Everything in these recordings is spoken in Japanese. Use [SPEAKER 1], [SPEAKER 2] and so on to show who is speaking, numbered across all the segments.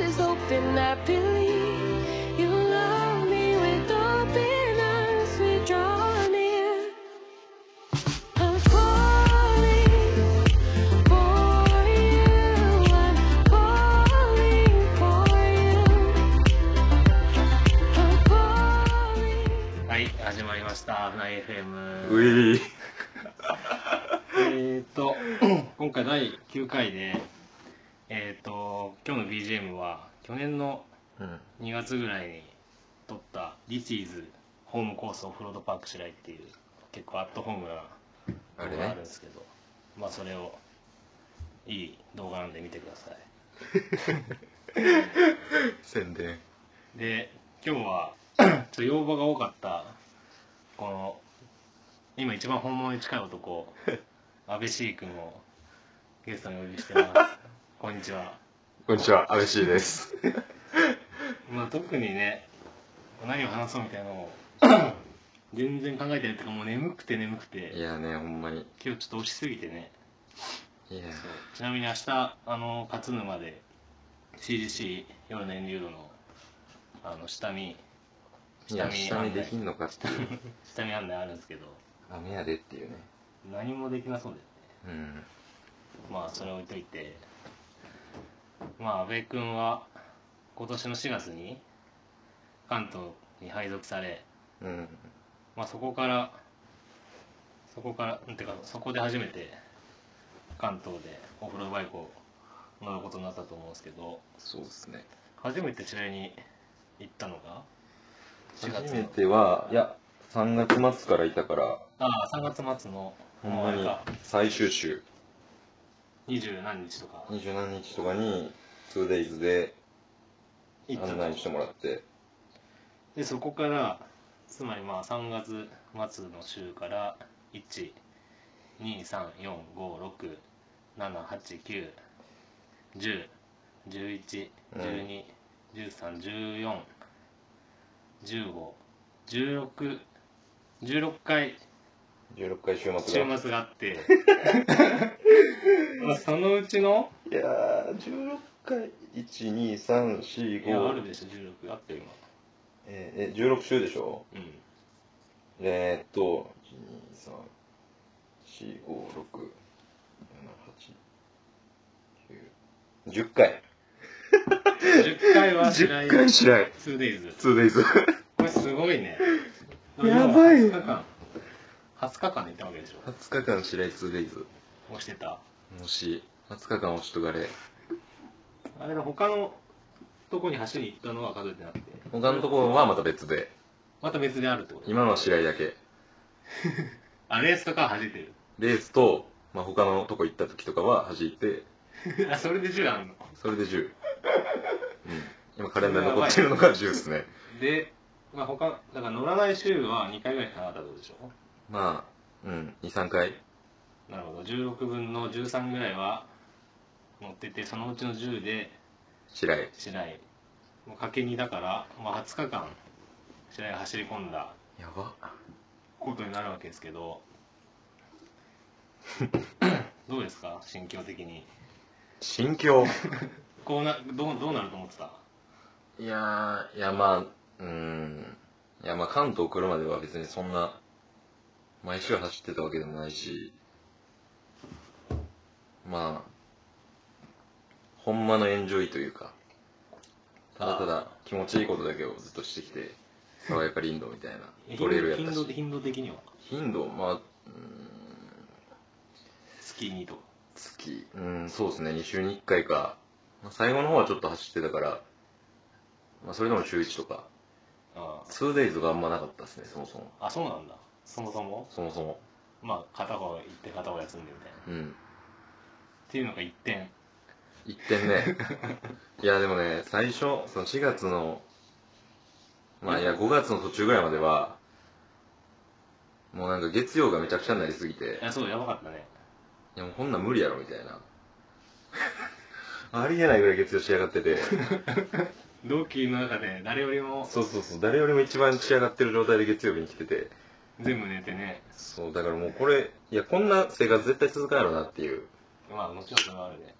[SPEAKER 1] is open, I believe you love me with open arms. We draw near. I'm falling for you. I'm falling for you. I'm falling.
[SPEAKER 2] はい、始まりました。船井 FM。
[SPEAKER 3] うい
[SPEAKER 2] えーっと、 今回第9回で、えーっと、今日の BGM は、去年の
[SPEAKER 3] うん
[SPEAKER 2] 2月ぐらいに撮った、リチーズホームコースオフロードパーク白井っていう、結構アットホームな
[SPEAKER 3] あ
[SPEAKER 2] 動
[SPEAKER 3] れ
[SPEAKER 2] 画があ
[SPEAKER 3] ね
[SPEAKER 2] るんですけど、まあそれを、いい動画なんで見てください。
[SPEAKER 3] 宣伝
[SPEAKER 2] で、今日 は、ちょっと要望が多かった、この、今一番本物に近い男、 安倍 C 君をゲストにお呼びして ます。こんにちは。
[SPEAKER 3] こんにちは安倍 C です
[SPEAKER 2] まあ特にね、何を話そうみたいなの を、全然考えてないっていうか、もう眠くて眠くて、
[SPEAKER 3] いやねほんまに
[SPEAKER 2] 今日ちょっと押しすぎてね、
[SPEAKER 3] いや
[SPEAKER 2] そうちなみに明日、あの、勝沼で CGC 夜のエンデュードの、あの、下見、
[SPEAKER 3] いや下見
[SPEAKER 2] 案内
[SPEAKER 3] できんのかっていう
[SPEAKER 2] 下見案内あるんですけど、
[SPEAKER 3] 雨やでっていうね
[SPEAKER 2] 何もできなそうですね。
[SPEAKER 3] うん
[SPEAKER 2] まあそれ置いといてまあ阿部君は今年の4月に関東に配属され、
[SPEAKER 3] うん
[SPEAKER 2] まあ、そこからそこからうんてかそこで初めて関東でオフロードバイクを乗ることになったと思うんですけど
[SPEAKER 3] そうですね
[SPEAKER 2] 初めて試合に行ったのが4月
[SPEAKER 3] 初めてはいや3月末からいたから
[SPEAKER 2] ああ3月末の
[SPEAKER 3] ほんま
[SPEAKER 2] もう
[SPEAKER 3] に
[SPEAKER 2] あれか
[SPEAKER 3] 最終週
[SPEAKER 2] 二十何日とか
[SPEAKER 3] 二十何日とかに 2days で
[SPEAKER 2] 行った
[SPEAKER 3] 案内してもらって
[SPEAKER 2] でそこからつまりまあ3月末の週から1234567891011121314
[SPEAKER 3] うん
[SPEAKER 2] 1516 16回
[SPEAKER 3] 16回週
[SPEAKER 2] 週
[SPEAKER 3] 末が
[SPEAKER 2] 末があって まあそのうちの
[SPEAKER 3] いやー16回
[SPEAKER 2] いやある
[SPEAKER 3] 12345
[SPEAKER 2] でしょ16あったよ
[SPEAKER 3] えーえ16週でしょ
[SPEAKER 2] 今うん
[SPEAKER 3] えー、っと、1、2、3、4、5、6、7、8、9、10回。
[SPEAKER 2] 10回はしない
[SPEAKER 3] 10回しない。
[SPEAKER 2] 2days
[SPEAKER 3] 2days。
[SPEAKER 2] これすごいね。
[SPEAKER 3] やばい
[SPEAKER 2] 20日間。20日間で行ったわけでしょ。
[SPEAKER 3] 20日間しない 2days。
[SPEAKER 2] 押してた。
[SPEAKER 3] もし、20日間押しとかれ。
[SPEAKER 2] あれの他のとこに走りに行ったのは数えてなくて。
[SPEAKER 3] 他のところはまた別で。
[SPEAKER 2] また別であるってこと
[SPEAKER 3] 今のは白井だけ。
[SPEAKER 2] あ、レースとかは走ってる。
[SPEAKER 3] レースと、まあ、他のとこ行った時とかは弾いて、
[SPEAKER 2] あ、それで10あるの。
[SPEAKER 3] それで10。うん。今カレンダーに残ってるのが10ですね。
[SPEAKER 2] で、まあ他、だから乗らない週は2回ぐらいしかなかったってことでしょ。
[SPEAKER 3] まあ、うん、2、3回。
[SPEAKER 2] なるほど。16分の13ぐらいは乗ってて、そのうちの10で
[SPEAKER 3] 白井。
[SPEAKER 2] 白井。もう掛け2だから、まあ20日間白井が走り込んだ
[SPEAKER 3] やば。
[SPEAKER 2] ことになるわけですけ どどうですか心境的に
[SPEAKER 3] 心境。
[SPEAKER 2] こうなどうどうなると思ってた
[SPEAKER 3] いやー、いやまあ、うーん。いやまあ関東来るまでは別にそんな、毎週走ってたわけでもないし、まあ、ほんまのエンジョイというか、ただただ気持ちいいことだけをずっとしてきて、爽やか林道みたいな、トレイルやった
[SPEAKER 2] 頻度
[SPEAKER 3] し。
[SPEAKER 2] 頻度的には
[SPEAKER 3] 頻度、まあ、うーん、
[SPEAKER 2] 月にとか
[SPEAKER 3] 月、うん、そうですね、2週に1回か、まあ、最後の方はちょっと走ってたから、まあそれでも週1とか、
[SPEAKER 2] あ
[SPEAKER 3] 2days があんまなかったですね、そもそも。
[SPEAKER 2] ああそうなんだそもそも
[SPEAKER 3] そもそも。
[SPEAKER 2] まあ片方行って片方休んでみたいなっ
[SPEAKER 3] うん。
[SPEAKER 2] ていうのが一点
[SPEAKER 3] 一点 ね。いや、でもね、最初、その4月の、まあいや、5月の途中ぐらいまでは、もうなんか月曜がめちゃくちゃになりすぎて
[SPEAKER 2] い、やそうやばかったね
[SPEAKER 3] いやもうこんなん無理やろ、みたい な。ありえないぐらい月曜仕上がってて、
[SPEAKER 2] 同期の中で誰よりも
[SPEAKER 3] そうそうそう、誰よりも一番仕上がってる状態で月曜日に来てて、
[SPEAKER 2] 全部寝てね
[SPEAKER 3] そう、だからもうこれ、いや、こんな生活絶対続かんやろなっていう。
[SPEAKER 2] まあもちろんそれはあるね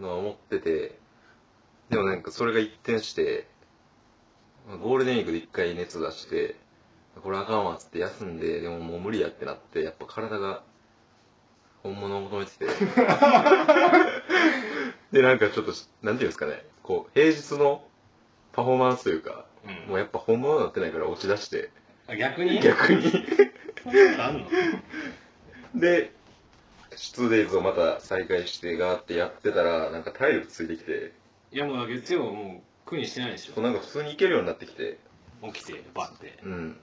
[SPEAKER 3] のは思ってて、でもなんかそれが一転して、ゴールデンウィークで一回熱出して、これあかんわっつって休んで、でももう無理やってなって、やっぱ体が本物を求めて て。で、なんかちょっと、なんていうんですかね、こう、平日のパフォーマンスというか、
[SPEAKER 2] うん
[SPEAKER 3] もうやっぱ本物になってないから落ち出して、
[SPEAKER 2] あ逆に
[SPEAKER 3] 逆に。
[SPEAKER 2] そんなことあんの
[SPEAKER 3] で、出デイズをまた再開して、ガーってやってたら、なんか体力ついてきて、
[SPEAKER 2] いやもう月曜はもう苦にしてないでし
[SPEAKER 3] そうなんか普通に行けるようになってきて、
[SPEAKER 2] ょ起きてバッて
[SPEAKER 3] うん。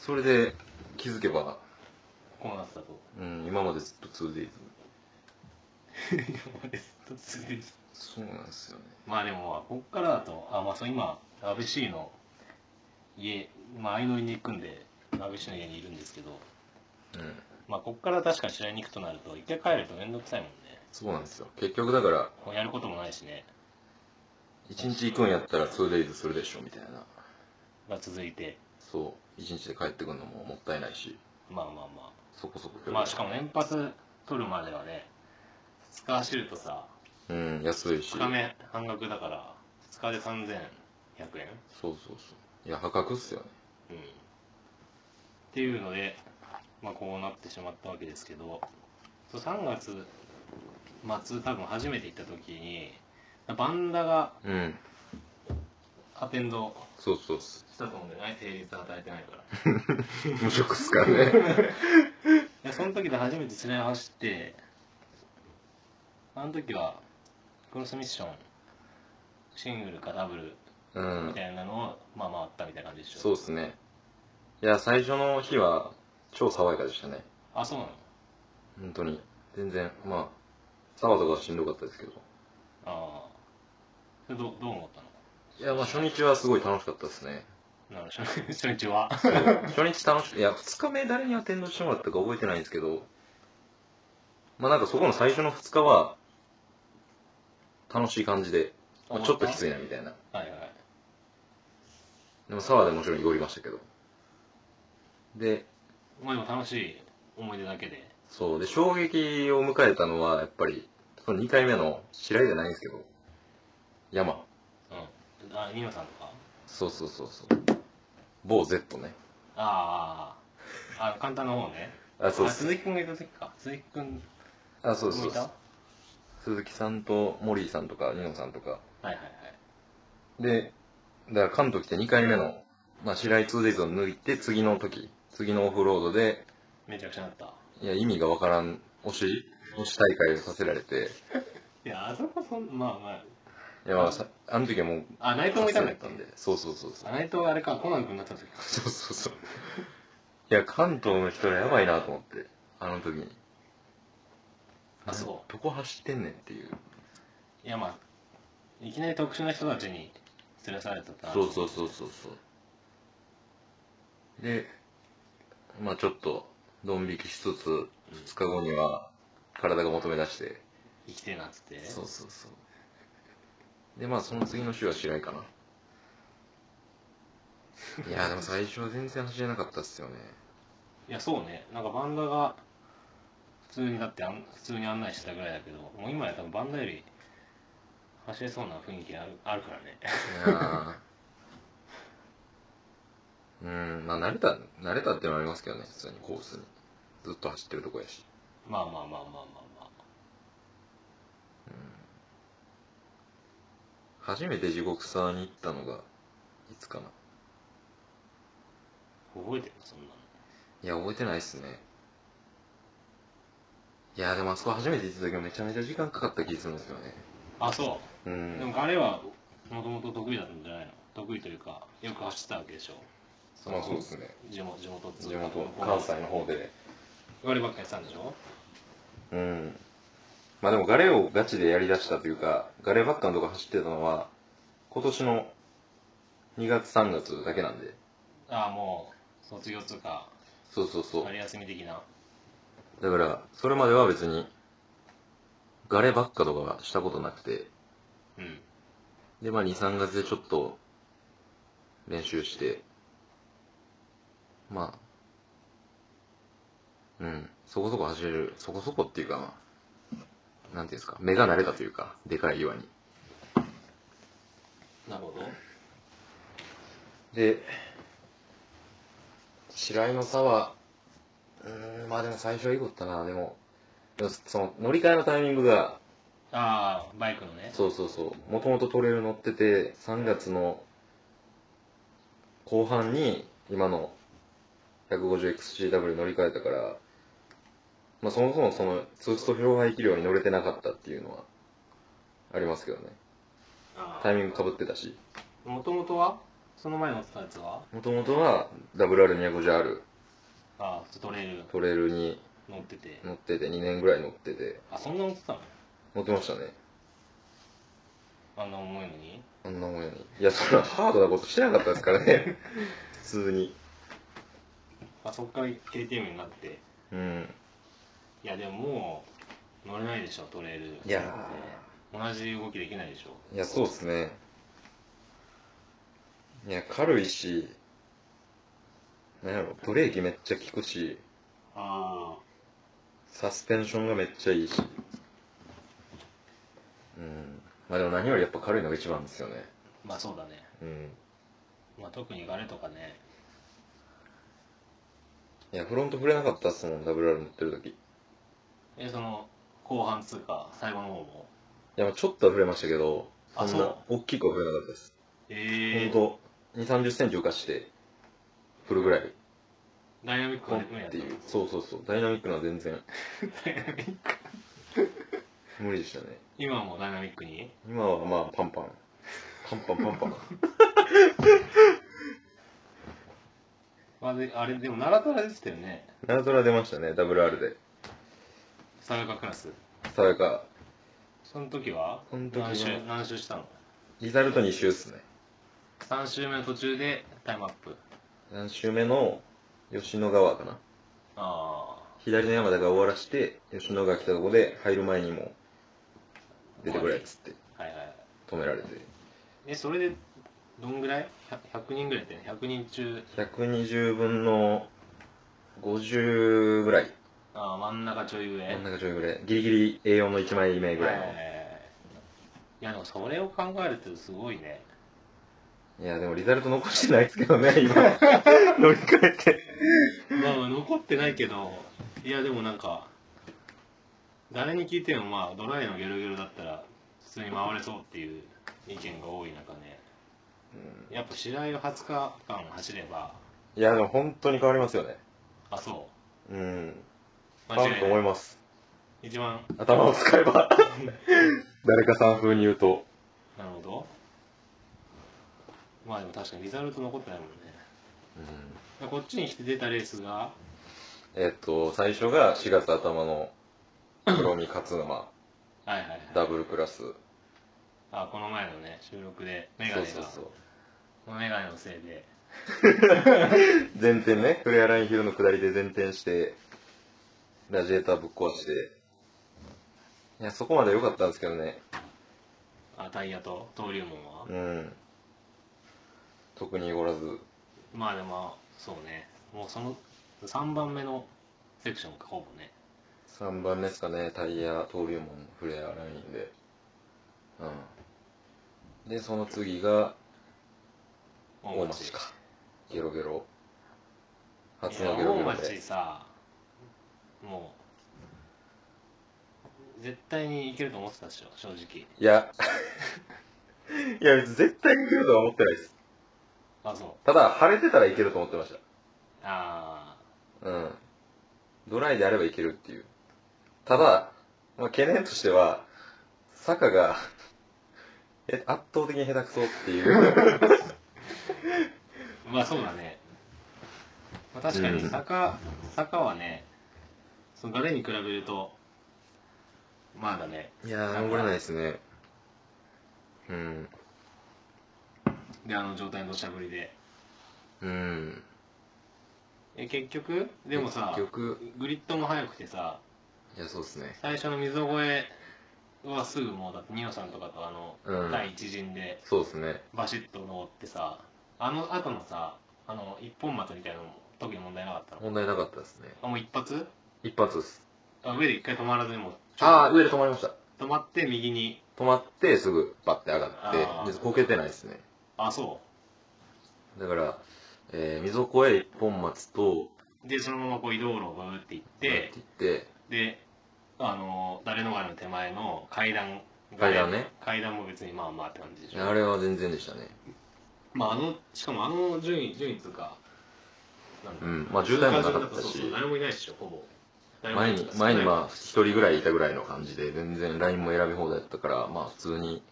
[SPEAKER 3] それで気づけば、
[SPEAKER 2] こうなってたと
[SPEAKER 3] うん、今までずっと 2days。
[SPEAKER 2] 今までずっと続いてた
[SPEAKER 3] そうなんですよね。
[SPEAKER 2] まあでもこっからだとあまあそう今安倍 C の家まあ相乗りに行くんで安倍 C の家にいるんですけど
[SPEAKER 3] うん。
[SPEAKER 2] まあこっから確かに試合に行くとなると一回帰ると面倒くさいもんね
[SPEAKER 3] そうなんですよ。結局だから、
[SPEAKER 2] こうやることもないしね
[SPEAKER 3] 1日行くんやったら 2days するでしょ、みたいな。
[SPEAKER 2] が続いて
[SPEAKER 3] そう。1日で帰ってくるのももったいないし、
[SPEAKER 2] まあまあま
[SPEAKER 3] そこそこ距
[SPEAKER 2] あ
[SPEAKER 3] 離
[SPEAKER 2] まあしかも連発取るまではね2日走るとさ
[SPEAKER 3] うん、安いし。
[SPEAKER 2] 2日目半額だから2日で3100円
[SPEAKER 3] そうそうそう。いや、破格っすよね。
[SPEAKER 2] うんっていうので、まあ、こうなってしまったわけですけどそう3月末多分初めて行った時にバンダが
[SPEAKER 3] うん。
[SPEAKER 2] アテンド
[SPEAKER 3] そうそうっす。
[SPEAKER 2] したと思うんだよね成立働いてないから
[SPEAKER 3] 無職っすから ね
[SPEAKER 2] でその時で初めて連れ走ってあの時はクロスミッションシングルかダブル
[SPEAKER 3] う
[SPEAKER 2] み
[SPEAKER 3] ん
[SPEAKER 2] たいなのを、まあ回ったみたいな感じでしょ
[SPEAKER 3] そうっすねいや最初の日は超爽やかでしたね
[SPEAKER 2] あそうなの
[SPEAKER 3] 本当に全然まあ沢とかはしんどかったですけど
[SPEAKER 2] ああそれどどう思ったの
[SPEAKER 3] いやまあ初日はすごい楽しかったです ね
[SPEAKER 2] なるほど初日初日は
[SPEAKER 3] そう初日楽しくいや2日目誰にアテンドしてもらったか覚えてないんですけどまあなんかそこの最初の2日は楽しい感じで、まあちょっときついなみたいな
[SPEAKER 2] はいはい
[SPEAKER 3] でも沢でもちろん濁りましたけどで
[SPEAKER 2] まあでも楽しい思い出だけで
[SPEAKER 3] そう。で、衝撃を迎えたのは、やっぱり、その2回目の、白井じゃないんですけど、山。
[SPEAKER 2] うんあニノさんとか
[SPEAKER 3] そうそうそうそう。某 Z ね。
[SPEAKER 2] ああああの簡単な方ね
[SPEAKER 3] あ、そう
[SPEAKER 2] あ
[SPEAKER 3] です。
[SPEAKER 2] 鈴木くんがいた時か鈴木くん
[SPEAKER 3] あ、そうです。
[SPEAKER 2] も
[SPEAKER 3] そう
[SPEAKER 2] い
[SPEAKER 3] です
[SPEAKER 2] たはい
[SPEAKER 3] 鈴木さんと、モリーさんとか、ニノさんとか。
[SPEAKER 2] はいはい
[SPEAKER 3] で、だから関東来て2回目の、まあ、白井 2days を抜いて、次の時、次のオフロードで、
[SPEAKER 2] めちゃくちゃなった
[SPEAKER 3] いや、意味がわからん、推し、推し大会をさせられて、
[SPEAKER 2] いやあそこそんまあまあ
[SPEAKER 3] いや、まあさあの時はもう、
[SPEAKER 2] あ内藤もいたんだっけ
[SPEAKER 3] んで。そうそうそうそう。
[SPEAKER 2] あ内藤はあれかコナン君になった時か
[SPEAKER 3] そうそうそう。いや、関東の人らやばいなと思って、あの時に。。
[SPEAKER 2] あそう
[SPEAKER 3] どこ走ってんねんっていう。
[SPEAKER 2] いやまあいきなり特殊な人たちに連れ去られたって
[SPEAKER 3] そうそうそうそうそう。で、まあちょっと、ドン引きしつつ、2日後には、体が求め出して。
[SPEAKER 2] 生きてえなっつって
[SPEAKER 3] そうそうそう。で、まあその次の週は白井かな。 いや、でも最初は全然走れなかったっすよね。
[SPEAKER 2] いやそうねなんかバンダが普通にだってあん普通に案内してたぐらいだけどもう今や多分バンダより走れそうな雰囲気あるあるからね
[SPEAKER 3] いやーうん、まあ慣れた、慣れたってのはありますけどね、普通にコースに。ずっと走ってるとこやし。
[SPEAKER 2] まあまあまあまあまあま
[SPEAKER 3] 初めて地獄沢に行ったのが、いつかな。
[SPEAKER 2] あ覚えてるそんなの
[SPEAKER 3] いや、覚えてないっすね。いや、でもあそこ初めて行った時はめちゃめちゃ時間かかった気するんですよね。
[SPEAKER 2] あそううでも
[SPEAKER 3] ん。
[SPEAKER 2] あれはもともと得意だったんじゃないの得意というかよく走ってたわけでしょ
[SPEAKER 3] まあそうですね。
[SPEAKER 2] 地元地元っつう
[SPEAKER 3] 地
[SPEAKER 2] か
[SPEAKER 3] 元
[SPEAKER 2] 向、こう
[SPEAKER 3] 関西の方で。
[SPEAKER 2] あればっかりしたんでしょ
[SPEAKER 3] うん。まあでもガレをガチでやりだしたというか、ガレばっかのとこ走ってたのは、今年の2月3月だけなんで。
[SPEAKER 2] ああもう卒業とか
[SPEAKER 3] そうそうそう。
[SPEAKER 2] 春休み的な
[SPEAKER 3] だから、それまでは別に、ガレばっかとかはしたことなくて、
[SPEAKER 2] うん
[SPEAKER 3] で、まあ2、3月でちょっと、練習して、まあ、うん、そこそこ走れる、そこそこっていうかまあ、なんていうんですか、目が慣れたというか、でかい岩に。
[SPEAKER 2] なるほど。
[SPEAKER 3] で、白井の差は、うーん、まあでも最初はいいことったな、でも、でもその乗り換えのタイミングが、
[SPEAKER 2] ああ、バイクのね。
[SPEAKER 3] そうそうそう、もともとトレイル乗ってて、3月の後半に今の 150XCW 乗り換えたから、まあそもそもそのツースト氷排気量に乗れてなかったっていうのはありますけどね。
[SPEAKER 2] あ
[SPEAKER 3] タイミング被ってたし。
[SPEAKER 2] あ。もともとはその前のってたやつは
[SPEAKER 3] もともとは WR250R
[SPEAKER 2] ああ、普通トレイル
[SPEAKER 3] トレイルに
[SPEAKER 2] 乗ってて。
[SPEAKER 3] 乗ってて2年ぐらい乗ってて
[SPEAKER 2] あ、そんな乗ってたの
[SPEAKER 3] 乗ってましたね
[SPEAKER 2] あんな重いのに
[SPEAKER 3] あんなもんやにいやそんなハードなことしてなかったですから ね普通に
[SPEAKER 2] あそっから KTM になって。
[SPEAKER 3] うん
[SPEAKER 2] いや、でももう乗れないでしょ、トレイル。
[SPEAKER 3] いや
[SPEAKER 2] 同じ動きできないでしょ。
[SPEAKER 3] ーいやそうっすねいや軽いしなんやろブレーキめっちゃ効くし
[SPEAKER 2] あ
[SPEAKER 3] サスペンションがめっちゃいいしうんまあでも何よりやっぱ軽いのが一番ですよね
[SPEAKER 2] あ。まあそうだね。
[SPEAKER 3] うん
[SPEAKER 2] まあ特にガレとかね。
[SPEAKER 3] いやフロント触れなかったっすもん WR 乗ってる時
[SPEAKER 2] え、その、後半通過、最後の方も。
[SPEAKER 3] いや、まあちょっとは触れましたけど、
[SPEAKER 2] あ
[SPEAKER 3] そんな大きくは触れなかったです。
[SPEAKER 2] ええー。
[SPEAKER 3] ほんと、2、30センチ浮かして、振るぐらい。
[SPEAKER 2] ダイナミック
[SPEAKER 3] ポン
[SPEAKER 2] な
[SPEAKER 3] っ
[SPEAKER 2] 分やってた
[SPEAKER 3] いう。そうそうそう。ダイナミックな全然。無理でしたね。
[SPEAKER 2] 今はもうダイナミックに
[SPEAKER 3] 今はまあ、パンパン。パンパンパンパン。
[SPEAKER 2] あれ、あれでも奈良トラでしたよね。
[SPEAKER 3] ナルトラ出ましたね、WR で。
[SPEAKER 2] サヤカクラス。
[SPEAKER 3] 爽やか。
[SPEAKER 2] その時は
[SPEAKER 3] その時は
[SPEAKER 2] 何周何周したの
[SPEAKER 3] リザルト2周っすね。
[SPEAKER 2] 3周目の途中でタイムアップ
[SPEAKER 3] 何周目の、吉野川かな。
[SPEAKER 2] あ
[SPEAKER 3] 左の山田が終わらして、吉野川来たとこで、入る前にも、出てくれっつって、
[SPEAKER 2] あはいはい
[SPEAKER 3] 止められて。
[SPEAKER 2] えそれでどんぐらい 100, 100人ぐらいだよね100人中
[SPEAKER 3] 120分の50ぐらい
[SPEAKER 2] あー真ん中ちょい上
[SPEAKER 3] 真ん中ちょいぐらいギリギリ A4 の1枚目ぐらいの、
[SPEAKER 2] はいはいはいはいいやでもそれを考えるとすごいね
[SPEAKER 3] い、やでもリザルト残してないですけどね今 乗り換えて
[SPEAKER 2] まあまあ残ってないけどいやでもなんか誰に聞いてもまあドライのゲロゲロだったら普通に回れそうっていう意見が多い中ねやっぱ白井を20日間走れば
[SPEAKER 3] いやでも本当に変わりますよね
[SPEAKER 2] あそ
[SPEAKER 3] うん
[SPEAKER 2] う
[SPEAKER 3] 変わると思います
[SPEAKER 2] 一番
[SPEAKER 3] 頭を使えば 誰かさん風に言うと
[SPEAKER 2] なるほどまあでも確かにリザルト残ってないもんねでこっちに来て出たレースが
[SPEAKER 3] えっと最初が4月頭の黒見勝沼
[SPEAKER 2] はいはいはい
[SPEAKER 3] ダブルクラス
[SPEAKER 2] あこの前のね収録でメガ
[SPEAKER 3] そ
[SPEAKER 2] ネ
[SPEAKER 3] う
[SPEAKER 2] が
[SPEAKER 3] そうそう
[SPEAKER 2] このメガネのせいで
[SPEAKER 3] 前転ね、クレアラインヒルの下りで前転して、ラジエーターぶっ壊して、いや、そこまで良かったんですけどね、
[SPEAKER 2] あタイヤと登竜門は、
[SPEAKER 3] うん。特におらず、
[SPEAKER 2] まあでもそうねもうその3番目のセクションかほぼね
[SPEAKER 3] 3番目ですかね、タイヤ、登竜門、フレアラインで。うん。で、その次が、大町か。ゲロゲロ。初の
[SPEAKER 2] い
[SPEAKER 3] ゲ
[SPEAKER 2] や
[SPEAKER 3] ロ
[SPEAKER 2] 大
[SPEAKER 3] ゲロ
[SPEAKER 2] 町
[SPEAKER 3] で。
[SPEAKER 2] さもう絶対にいけると思ってたでしょ正直
[SPEAKER 3] いや、 いや、絶対にいけるとは思ってないです。
[SPEAKER 2] あそう
[SPEAKER 3] ただ、晴れてたらいけると思ってました。
[SPEAKER 2] あ
[SPEAKER 3] うん。ドライであればいけるっていう。ただ、まあ、懸念としては、坂がえ、圧倒的に下手くそっ ていう。
[SPEAKER 2] あまあそうだね、まあ、確かに
[SPEAKER 3] うん
[SPEAKER 2] 坂、坂はねその誰に比べるとまあだね
[SPEAKER 3] いやー、登れないですね。うん。
[SPEAKER 2] であの状態の土砂降りで
[SPEAKER 3] うん。
[SPEAKER 2] え結局でもさ
[SPEAKER 3] 結局、
[SPEAKER 2] グリッドも速くてさ
[SPEAKER 3] いや、そうですね。
[SPEAKER 2] 最初の溝越えはすぐもうだってニオさんとかとあの、
[SPEAKER 3] うん
[SPEAKER 2] 第一陣で
[SPEAKER 3] そうですね。
[SPEAKER 2] バシッと登ってさあの後のさあの一本松みたいなのも特に問題なかったの
[SPEAKER 3] 問題なかったですね。
[SPEAKER 2] あもう一発
[SPEAKER 3] 一発です。
[SPEAKER 2] あ上で一回止まらずにもう
[SPEAKER 3] あー、上で止まりました。
[SPEAKER 2] 止まって右に
[SPEAKER 3] 止まってすぐバッて上がって
[SPEAKER 2] あー
[SPEAKER 3] 水こけてないですね
[SPEAKER 2] あそ
[SPEAKER 3] だから、えー、溝越え一本松と
[SPEAKER 2] うでそのままこう移動路をバーって行って
[SPEAKER 3] 行って
[SPEAKER 2] であの誰の前の手前の階段が
[SPEAKER 3] 階段ね
[SPEAKER 2] 階段も別にまあまあって感じでしょ
[SPEAKER 3] あれは全然でしたね
[SPEAKER 2] まああのしかもあの順位順位とかなんだ
[SPEAKER 3] うんまあ渋滞もなかった
[SPEAKER 2] そう
[SPEAKER 3] し
[SPEAKER 2] そう誰もいないでしょほぼ誰もい
[SPEAKER 3] 前
[SPEAKER 2] ない
[SPEAKER 3] に前
[SPEAKER 2] 少
[SPEAKER 3] に
[SPEAKER 2] ない
[SPEAKER 3] まあ一人ぐらいいたぐらいの感じで全然ラインも選び放題だったからまあ普通に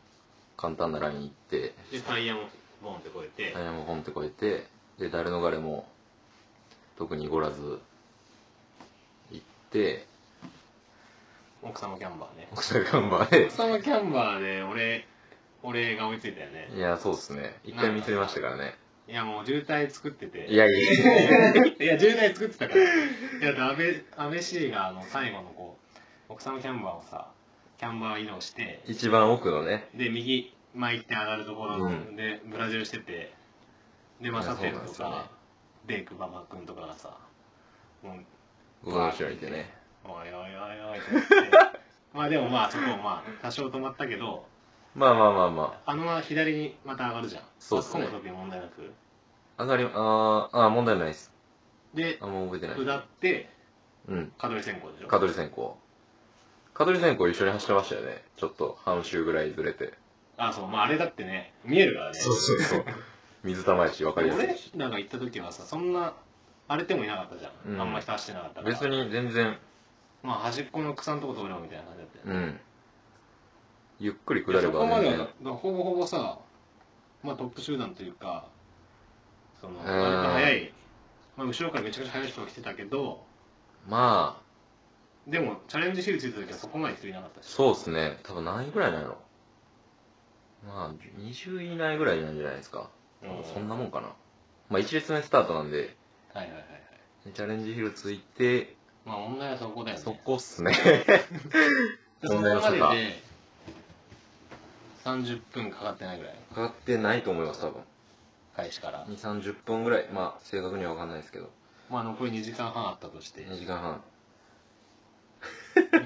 [SPEAKER 3] 簡単なライン行って
[SPEAKER 2] でタイヤもボンって越えて、
[SPEAKER 3] タイヤもポンって越えてで誰の彼も特にごらず行って
[SPEAKER 2] 奥様キャンバーね
[SPEAKER 3] 奥さん看板で
[SPEAKER 2] 奥様キャンバーで俺俺が追いついたよね
[SPEAKER 3] いやそうですね一回見せましたからね
[SPEAKER 2] いやもう渋滞作ってて
[SPEAKER 3] いやいや
[SPEAKER 2] いや、10代作ってたから。いや、だって安倍、安倍 C があの最後のこう、奥様キャンバーをさ、キャンバー移動して、
[SPEAKER 3] 一番奥のね
[SPEAKER 2] で、右、前行って上がるところ
[SPEAKER 3] うん
[SPEAKER 2] で、ブラジルしてて、で、
[SPEAKER 3] いや
[SPEAKER 2] マサテンと
[SPEAKER 3] そうなん
[SPEAKER 2] か、デイク、ババ君とかがさ、も
[SPEAKER 3] 僕の後ろにいてね
[SPEAKER 2] う、おいおいおいおいって言って、 まあでもまあ、そこもまあ、多少止まったけど、
[SPEAKER 3] まあまあまあま
[SPEAKER 2] あのまま左にまた上がるじゃん。
[SPEAKER 3] そうっすね
[SPEAKER 2] あそこも特に問題なく。
[SPEAKER 3] あ上がりあーあー問題ないです
[SPEAKER 2] で、
[SPEAKER 3] あんま覚えてない
[SPEAKER 2] 下って、
[SPEAKER 3] うん
[SPEAKER 2] カドリ先行でしょ。
[SPEAKER 3] 蚊取り線香蚊取り線香一緒に走ってましたよねちょっと半周ぐらいずれて
[SPEAKER 2] あ、そう、まああれだってね、見えるからね。
[SPEAKER 3] そ うそう水玉やし分かりやすい
[SPEAKER 2] 俺
[SPEAKER 3] し
[SPEAKER 2] らが行った時はさそんな荒れてもいなかったじゃん、
[SPEAKER 3] うん
[SPEAKER 2] あんま人走ってなかったから
[SPEAKER 3] 別に全然
[SPEAKER 2] まあ端っこの草のとこ通ろうみたいな感じだったよ
[SPEAKER 3] う
[SPEAKER 2] ね、
[SPEAKER 3] んゆっくり下
[SPEAKER 2] で
[SPEAKER 3] れ
[SPEAKER 2] そこま
[SPEAKER 3] ば
[SPEAKER 2] では
[SPEAKER 3] 全
[SPEAKER 2] だ
[SPEAKER 3] 然
[SPEAKER 2] からほぼほぼさまあトップ集団というかその
[SPEAKER 3] うん
[SPEAKER 2] 割と速い、まあ、後ろからめちゃくちゃ速い人が来てたけど
[SPEAKER 3] まあ
[SPEAKER 2] でもチャレンジシールついた時はそこまで人いなかったし
[SPEAKER 3] そうですね多分何位ぐらいなんやろまあ20位以内ぐらいなんじゃないですか、
[SPEAKER 2] うん
[SPEAKER 3] そんなもんかなまあ1列目スタートなんで
[SPEAKER 2] はいはいはいはい
[SPEAKER 3] チャレンジヒルついて
[SPEAKER 2] まあ問題はそこだよね
[SPEAKER 3] そこっす ね
[SPEAKER 2] でそこ
[SPEAKER 3] 問
[SPEAKER 2] ま
[SPEAKER 3] 題の差
[SPEAKER 2] で
[SPEAKER 3] かか
[SPEAKER 2] で30分かかってないぐらい
[SPEAKER 3] かってないと思います多分
[SPEAKER 2] 開始から、
[SPEAKER 3] 2 3 0分ぐらいまあ正確には分かんないですけど
[SPEAKER 2] まあ残り2時間半あったとして
[SPEAKER 3] 2時間半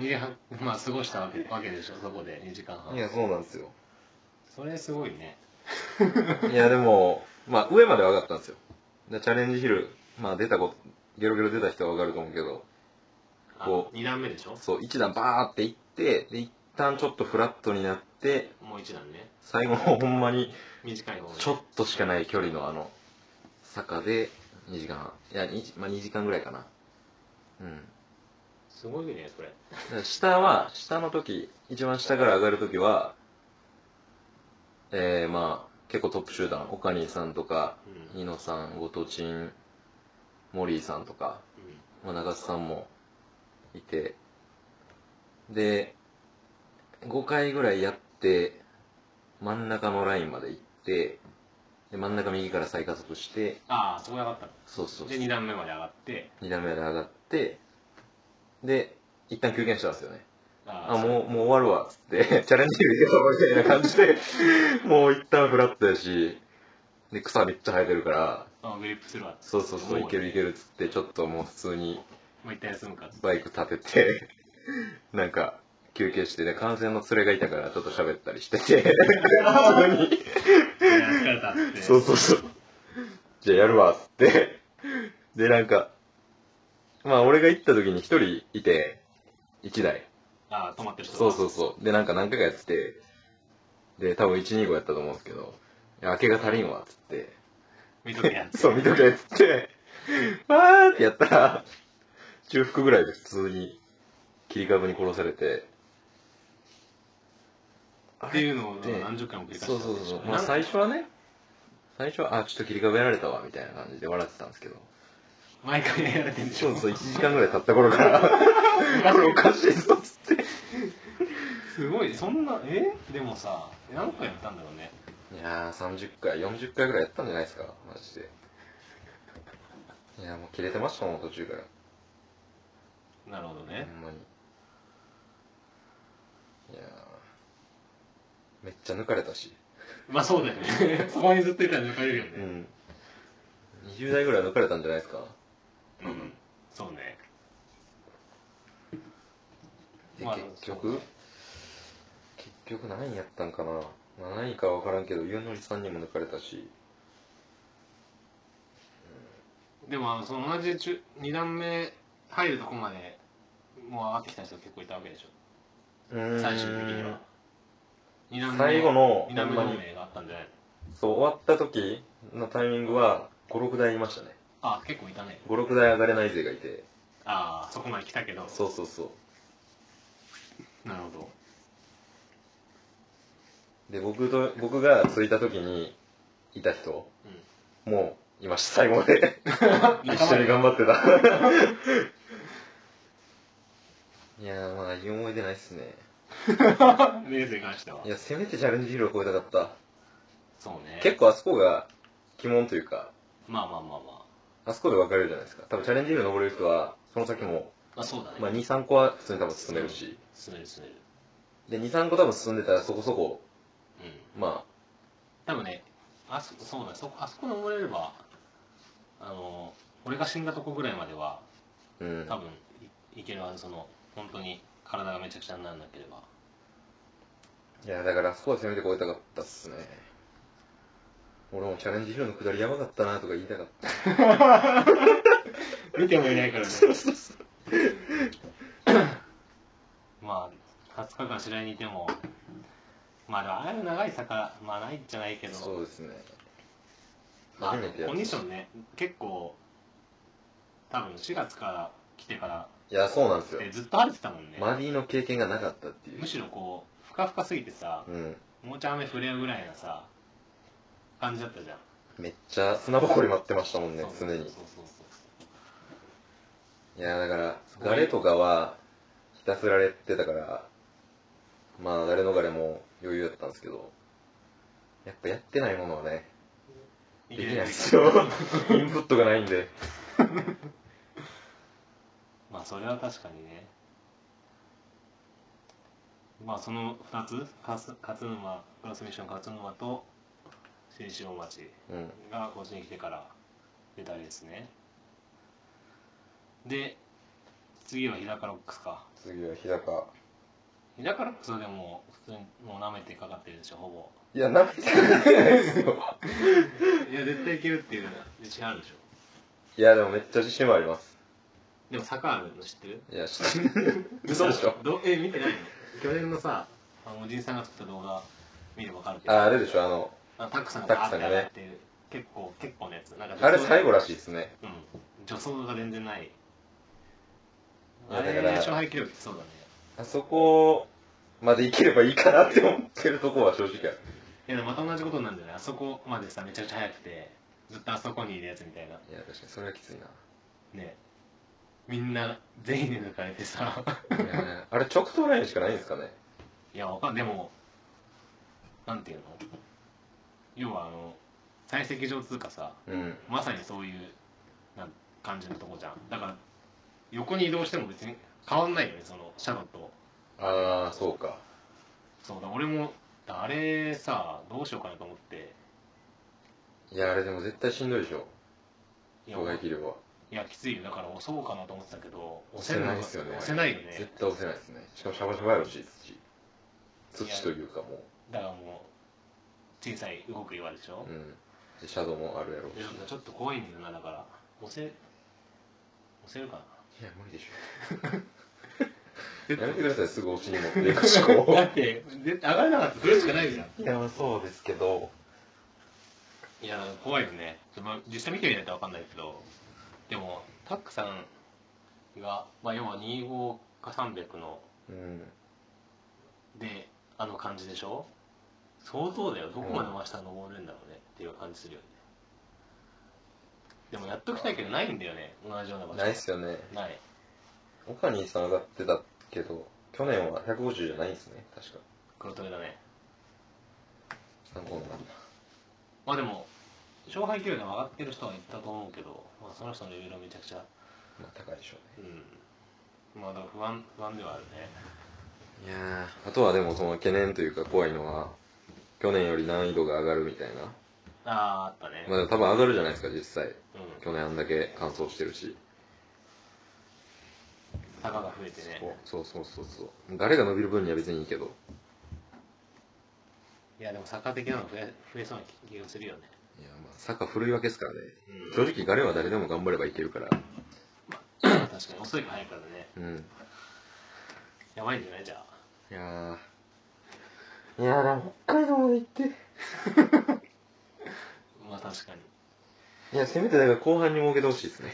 [SPEAKER 2] いや、まあ過ごしたわけわけでしょ、そこで2時間半。
[SPEAKER 3] いや、そうなんですよ。
[SPEAKER 2] それすごい ね。
[SPEAKER 3] いや、でも、まあ、上までは上がったんですよ。でチャレンジヒル、まあ、出たこと、ゲロゲロ出た人はわかると思うけど、こ
[SPEAKER 2] 2段目でしょ
[SPEAKER 3] そう、一段バーって行って、で、一旦ちょっとフラットになって、
[SPEAKER 2] もう1段ね。
[SPEAKER 3] 最後のほんまに、
[SPEAKER 2] 短い方ね
[SPEAKER 3] ちょっとしかない距離のあの、坂で、2時間半。いや、2時,、まあ、2時間ぐらいかな。うん。
[SPEAKER 2] すごいね、それ。
[SPEAKER 3] だから下は、下の時、一番下から上がる時は、えー、まあ、結構トップ集団、オカニさんとか、
[SPEAKER 2] うん
[SPEAKER 3] ニノさん、ゴトチン、モリーさんとか、まあ、長須さんもいて、で、5回ぐらいやって、真ん中のラインまで行って、で真ん中右から再加速して、
[SPEAKER 2] ああ、そこで上がったの。
[SPEAKER 3] そうそうそ
[SPEAKER 2] で、
[SPEAKER 3] う、
[SPEAKER 2] 2段目まで上がって、
[SPEAKER 3] 2段目で上がって、で、一旦休憩したんですよね。
[SPEAKER 2] あ
[SPEAKER 3] あ、もう、もう終わるわ、っつって、 チャレンジでいけそうみたいな感じで、 もう一旦フラットやし、で、草めっちゃ生えてるから、
[SPEAKER 2] う。あグリップするわ。
[SPEAKER 3] そうそうそう、
[SPEAKER 2] もう
[SPEAKER 3] いけるいけるっつって、ちょっともう普通に
[SPEAKER 2] もう一旦休むか。
[SPEAKER 3] バイク立てて、 なんか、休憩してね、感染の連れがいたから、ちょっと喋ったりしてて、普通に、
[SPEAKER 2] いや疲れたっつって。
[SPEAKER 3] そうそうそう、じゃあやるわ、っつって、で、なんか、まあ、俺が行った時に一人いて、一台。
[SPEAKER 2] ああ、止まってる人。
[SPEAKER 3] そうそううそう。で、なんか何回かやってて、で、多分1、2、5やったと思うんですけど、いや明けが足りんわ、つって。
[SPEAKER 2] 見とけやつ。
[SPEAKER 3] そう、見とけ、つって。わーってやったら、中腹ぐらいで普通に、切り株に殺されて。
[SPEAKER 2] っていうのを
[SPEAKER 3] で
[SPEAKER 2] 何十回も繰り返した
[SPEAKER 3] そうそうそう。まあ
[SPEAKER 2] なん
[SPEAKER 3] 最初はね、最初は、あ、ちょっと切り株やられたわ、みたいな感じで笑ってたんですけど。
[SPEAKER 2] 毎回やられてんでし
[SPEAKER 3] そ
[SPEAKER 2] ょ
[SPEAKER 3] う。そう、1時間ぐらい経った頃 から、これおかしいぞ、つって。
[SPEAKER 2] すごい、そんな、えでもさ、何回やったんだろうね。
[SPEAKER 3] いやー、30回、40回ぐらいやったんじゃないですか、マジで。いやー、もう切れてましたもん、途中から。
[SPEAKER 2] なるほど
[SPEAKER 3] ほ
[SPEAKER 2] ね。
[SPEAKER 3] んまに。いやー、めっちゃ抜かれたし。
[SPEAKER 2] まあそうだよね。 そこにずっといたら抜かれるよね。
[SPEAKER 3] ん。20代ぐらい抜かれたんじゃないですか。
[SPEAKER 2] うんそうね。
[SPEAKER 3] で、
[SPEAKER 2] まあ
[SPEAKER 3] 結局、結局何位やったんかな何位か分からんけどゆうのりさんにも抜かれたし
[SPEAKER 2] でもあのその同じ中2段目入るとこまでもう上がってきた人結構いたわけでしょ
[SPEAKER 3] 最
[SPEAKER 2] 最終的には2段目
[SPEAKER 3] 最後の
[SPEAKER 2] 2段目
[SPEAKER 3] ほんま
[SPEAKER 2] の
[SPEAKER 3] に
[SPEAKER 2] 名があったんじゃないの
[SPEAKER 3] そう終わった時のタイミングは56台いましたね
[SPEAKER 2] あ結構いたね
[SPEAKER 3] 56台上がれない勢がいて
[SPEAKER 2] ああそこまで来たけど
[SPEAKER 3] そうそうそう
[SPEAKER 2] なるほど
[SPEAKER 3] で僕と僕が着いた時にいた人
[SPEAKER 2] う
[SPEAKER 3] もういました最後まで
[SPEAKER 2] ん
[SPEAKER 3] 一緒に 頑張ってたいやーまあいい思い出ないっすね
[SPEAKER 2] レースに関してはい
[SPEAKER 3] やせめてチャレンジヒーロー超えたかった
[SPEAKER 2] そうね
[SPEAKER 3] 結構あそこが鬼門というか
[SPEAKER 2] まあまあまあま
[SPEAKER 3] あそこで分かれるじゃないですか多分チャレンジヒーロー登れる人はその先も、
[SPEAKER 2] あまあそうだね
[SPEAKER 3] まあ、23個は普通に多分進めるし
[SPEAKER 2] 進める進める
[SPEAKER 3] で23個多分進んでたらそこそこ
[SPEAKER 2] うん
[SPEAKER 3] ま
[SPEAKER 2] 多分ねあそそうだそこあそこ登れればあの俺が死んだとこぐらいまでは
[SPEAKER 3] あうん
[SPEAKER 2] 多分いいけるはずその本当に体がめちゃくちゃにならなければ
[SPEAKER 3] いやだからあそこはせめて超えたかったっすね俺もチャレンジヒーローの下りやばかったなとか言いたかった
[SPEAKER 2] 見てもいないからね まあ20日間白井にいてもまあでもああいう長い坂まあないんじゃないけど
[SPEAKER 3] そうですね
[SPEAKER 2] まあ、コ
[SPEAKER 3] 初
[SPEAKER 2] ン
[SPEAKER 3] めてやった
[SPEAKER 2] ディションね結構多分4月から来てから
[SPEAKER 3] いやそうなんですよ
[SPEAKER 2] でずっと晴れてたもんね
[SPEAKER 3] マディの経験がなかったっていう
[SPEAKER 2] むしろこうふかふかすぎてさ
[SPEAKER 3] うん
[SPEAKER 2] もうちょい雨降れるぐらいなさ感じだったじゃん
[SPEAKER 3] めっちゃ砂ぼこり待ってましたもんね
[SPEAKER 2] そう
[SPEAKER 3] 常に
[SPEAKER 2] そうそうそう
[SPEAKER 3] いやだからガレとかはひたすられてたからまあ誰のガレも余裕だったんですけどやっぱやってないものはねできないですよ インプットがないんで
[SPEAKER 2] まあそれは確かにねまあその2つ勝勝沼クラスミッション勝沼と新城町
[SPEAKER 3] うん
[SPEAKER 2] がこっちに来てから出たりですねで次は日高ロックスか
[SPEAKER 3] 次は日高
[SPEAKER 2] 日高ロックスはでも普通にもう舐めてかかってるでしょほぼ
[SPEAKER 3] いやなめてないですよ
[SPEAKER 2] いや絶対いけるっていう自信あるでしょ
[SPEAKER 3] いやでもめっちゃ自信はあります
[SPEAKER 2] でも坂あるの知ってる
[SPEAKER 3] いやちょっ と嘘でしょ
[SPEAKER 2] どえ見てないの去年のさあのおじいさんが作った動画見ればわかるけど
[SPEAKER 3] ああれでしょあの
[SPEAKER 2] あのタックさんが
[SPEAKER 3] タック
[SPEAKER 2] あ
[SPEAKER 3] さ
[SPEAKER 2] ー
[SPEAKER 3] ん
[SPEAKER 2] っ
[SPEAKER 3] が
[SPEAKER 2] て
[SPEAKER 3] ね
[SPEAKER 2] 上がってる結構結構なやつなんか
[SPEAKER 3] あれ最後らしいですね
[SPEAKER 2] うん助走が全然ない
[SPEAKER 3] いや
[SPEAKER 2] あ
[SPEAKER 3] だ
[SPEAKER 2] れ
[SPEAKER 3] から
[SPEAKER 2] 勝敗記録そうだね
[SPEAKER 3] あそこまで行ければいいかなって思ってるとこは正直ある
[SPEAKER 2] いやでもまた同じことになるんじゃないあそこまでさめちゃくちゃ速くてずっとあそこにいるやつみたいない
[SPEAKER 3] や確かにそれはきついな
[SPEAKER 2] ねみんな全員で抜かれてさ
[SPEAKER 3] いやねあれ直送ラインしかないんですかね
[SPEAKER 2] いやわかんでもなんていうの要はあの採石場通過さ
[SPEAKER 3] うん
[SPEAKER 2] まさにそういうなん感じのとこじゃんだから横に移動しても別に変わんないよねそのシャドウと
[SPEAKER 3] ああそうか
[SPEAKER 2] そうだ俺もあれさどうしようかなと思って
[SPEAKER 3] いやあれでも絶対しんどいでしょ
[SPEAKER 2] いや
[SPEAKER 3] 障害切れば
[SPEAKER 2] いやきついよだから押そうかなと思ってたけど
[SPEAKER 3] 押せないですよね
[SPEAKER 2] 押せないよ
[SPEAKER 3] 絶
[SPEAKER 2] ね
[SPEAKER 3] 対押せないですねしかもシャバシャバやろし土土というかも
[SPEAKER 2] だからもう小さい動く岩でし
[SPEAKER 3] う
[SPEAKER 2] ょ
[SPEAKER 3] う、んでシャドウもあるやろうし
[SPEAKER 2] でちょっと怖いんだよなだから押せ押せるかない
[SPEAKER 3] や無理でしょやめてくださいすぐ押しに持ってい く思考
[SPEAKER 2] だって絶対上がれなかったらそれしかないじゃん
[SPEAKER 3] いやまあそうですけど
[SPEAKER 2] いや、怖いよね。まあ、実際見てみないとわかんないけど、でも、タックさんが、まあ、要は25か300の、
[SPEAKER 3] うん
[SPEAKER 2] で、あの感じでしょ相当だよ。どこまで真下登れるんだろうね、っていう感じするよね。でも、やっときたいけど、ないんだよね。同じような場所。
[SPEAKER 3] ないっすよね
[SPEAKER 2] ない。
[SPEAKER 3] 岡兄さん上がってたけど去年は150じゃないんですね確か
[SPEAKER 2] 黒トレだね。
[SPEAKER 3] 参考になる
[SPEAKER 2] まあでも、勝敗記録が上がってる人はいったと思うけど、まあ、その人のレベルはめちゃくちゃ、
[SPEAKER 3] まあ高いでしょ
[SPEAKER 2] うん。まあ、だから不安、不安ではあるね。
[SPEAKER 3] うねいやーあとはでもその懸念というか怖いのは去年より難易度が上がるみたいな
[SPEAKER 2] ああー、あったね。
[SPEAKER 3] まあでも多分上がるじゃないですか実際
[SPEAKER 2] うん。
[SPEAKER 3] 去年あんだけ乾燥してるし
[SPEAKER 2] 坂が増えてね
[SPEAKER 3] そうそうそうそう誰が伸びる分には別にいいけど
[SPEAKER 2] いやでもサッカー的なの増え増えそうな気がす るよね
[SPEAKER 3] いや、まあ、サッカーふるいわけですからね。正直、彼は誰でも頑張ればいけるから。
[SPEAKER 2] 確かに遅いか早いからね
[SPEAKER 3] うん。
[SPEAKER 2] やばいんじゃないじゃあ
[SPEAKER 3] いやー。いやー、でも北海道まで行って。
[SPEAKER 2] まあ確かに
[SPEAKER 3] いや、せめてだから後半に設けてほしいですね。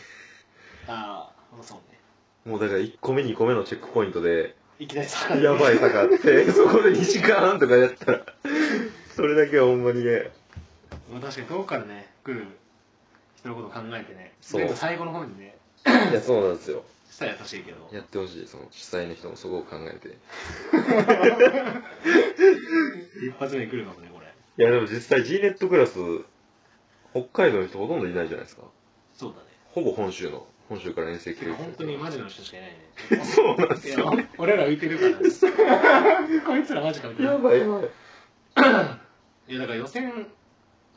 [SPEAKER 2] ああまあそうね
[SPEAKER 3] もうだから1個目、2個目のチェックポイントで、
[SPEAKER 2] いきなりサッカー
[SPEAKER 3] やばい差があ って、そこで2時間半とかやったら、それだけはほんまにね、
[SPEAKER 2] まあ確かに遠くからね来る人のこと考えてね
[SPEAKER 3] そう
[SPEAKER 2] 意外と最後の方にね
[SPEAKER 3] いや、そうなんですよ。
[SPEAKER 2] したら優しいけど
[SPEAKER 3] やってほしい、その主催の人もそこを考えて。
[SPEAKER 2] 一発目に来るかもねこれ
[SPEAKER 3] いや、でも実際 G ネットクラス、北海道の人ほとんどいないじゃないですか。
[SPEAKER 2] そうだね
[SPEAKER 3] ほぼ本州の、本州から遠征来
[SPEAKER 2] て
[SPEAKER 3] る
[SPEAKER 2] か
[SPEAKER 3] 人
[SPEAKER 2] 本当にマジの人しかいないね
[SPEAKER 3] そうなんです
[SPEAKER 2] いや
[SPEAKER 3] よ。
[SPEAKER 2] 俺ら浮いてるから ねこいつらマジかみたいな
[SPEAKER 3] ばいやばい。
[SPEAKER 2] いやだから予選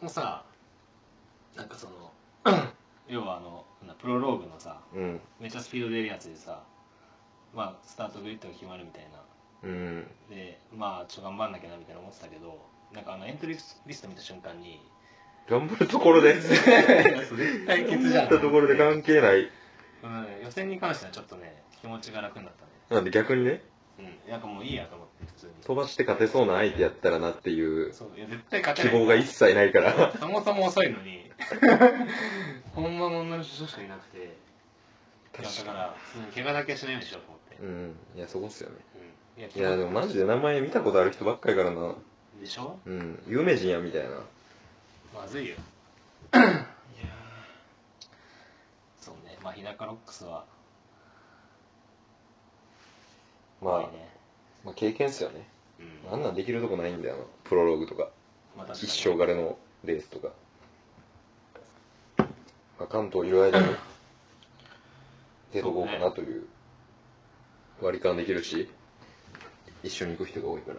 [SPEAKER 2] もさなんかその 要はあのなんだプロローグのさ
[SPEAKER 3] うん。
[SPEAKER 2] めっちゃスピード出るやつでさまあスタートグリッドが決まるみたいな
[SPEAKER 3] うん。
[SPEAKER 2] でまあちょっと頑張んなきゃなみたいな思ってたけどなんかあのエントリーリスト見た瞬間に
[SPEAKER 3] 頑張るところで。
[SPEAKER 2] 絶 対ケツじゃん、
[SPEAKER 3] ったところで関係ない。
[SPEAKER 2] うん、予選に関してはちょっとね気持ちが楽になった
[SPEAKER 3] なんで逆にね、
[SPEAKER 2] ねうんなんかもういいやと思って普通に
[SPEAKER 3] 飛ばして勝てそうな相手やったらなっていう
[SPEAKER 2] そういや絶対勝て
[SPEAKER 3] 希
[SPEAKER 2] ない
[SPEAKER 3] 望が一切ないから。
[SPEAKER 2] そもそも遅いのにほんまの女の人しかいなくていやだからうん怪我だけはしないようにしようと思って、
[SPEAKER 3] うん。いや、そこっすよね。
[SPEAKER 2] うん、いや
[SPEAKER 3] いや、でもマジで名前見たことある人ばっかりからな。
[SPEAKER 2] でしょ
[SPEAKER 3] うん。有名人や、みたいな。
[SPEAKER 2] まずいよいやそうねまあ日高ロックスは怖
[SPEAKER 3] ま
[SPEAKER 2] いね、
[SPEAKER 3] あ、まあ経験っすよね。
[SPEAKER 2] うん、
[SPEAKER 3] あんなんできるとこないんだよな。プロローグとか。
[SPEAKER 2] まあ確かに
[SPEAKER 3] 一生枯れのレースとか。まあ、関東いる間に出とこうかなという割り勘できるし、一緒に行く人が多いから。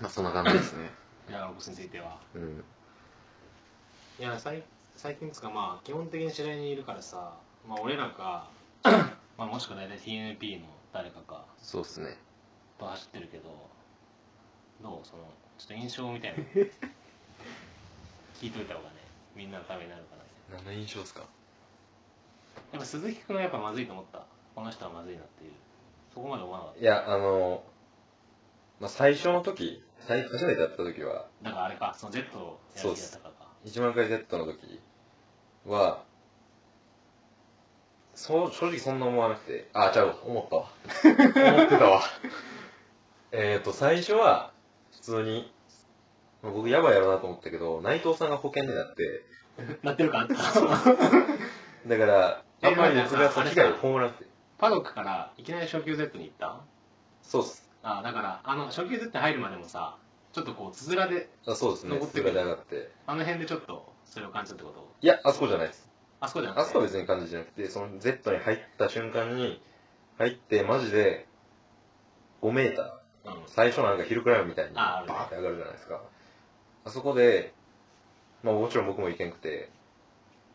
[SPEAKER 3] まあそんな感じですね。
[SPEAKER 2] 日高ロックスについては
[SPEAKER 3] うん。
[SPEAKER 2] いや最最近つかまあ基本的に試合にいるからさまあ俺ら かまあもしくは大体 TNP の誰かか
[SPEAKER 3] そうっすね。
[SPEAKER 2] と走ってるけどどうそのちょっと印象み たいな聞いといた方がねみんなのためになるからね
[SPEAKER 3] 何の印象ですか
[SPEAKER 2] やっぱ鈴木君はやっぱまずいと思ったこの人はまずいなっていうそこまで思わなかっ
[SPEAKER 3] いや、あの、まあ最初の時、最初初めてやった時は、
[SPEAKER 2] ただからあれかその Z をやる気だったからか
[SPEAKER 3] 1万回 Z の時は、そう、正直そんな思わなくて、あ、ちゃう、思ったわ。思ってた わ。えっと、最初は、普通に、まあ僕やばいやろなと思ったけど、内藤さんが保険になって、
[SPEAKER 2] なってるか
[SPEAKER 3] だから、
[SPEAKER 2] え
[SPEAKER 3] あんまり
[SPEAKER 2] なんか
[SPEAKER 3] 僕がそ
[SPEAKER 2] あ
[SPEAKER 3] の
[SPEAKER 2] れ
[SPEAKER 3] 被
[SPEAKER 2] さ
[SPEAKER 3] 害を被らなくて。
[SPEAKER 2] パドックからいきなり初級 Z に行った
[SPEAKER 3] そうっす。
[SPEAKER 2] ああだからあの初級 Z 入るまでもさちょっとこうつづらで
[SPEAKER 3] あそうですね。
[SPEAKER 2] 登ってく
[SPEAKER 3] が
[SPEAKER 2] る
[SPEAKER 3] 上がって。
[SPEAKER 2] あの辺でちょっとそれを感じたってこと
[SPEAKER 3] いや、あそこじゃないです。
[SPEAKER 2] あそこじゃな
[SPEAKER 3] あ
[SPEAKER 2] く
[SPEAKER 3] そ
[SPEAKER 2] て
[SPEAKER 3] こは別に感じじゃなくて、その Z に入った瞬間に、入って、マジで、5メーター。
[SPEAKER 2] うん
[SPEAKER 3] 最初なんかヒルクライムみたいに
[SPEAKER 2] ああ
[SPEAKER 3] バ
[SPEAKER 2] るね
[SPEAKER 3] ーって上がるじゃないですかあそこでまあもちろん僕も行けんくて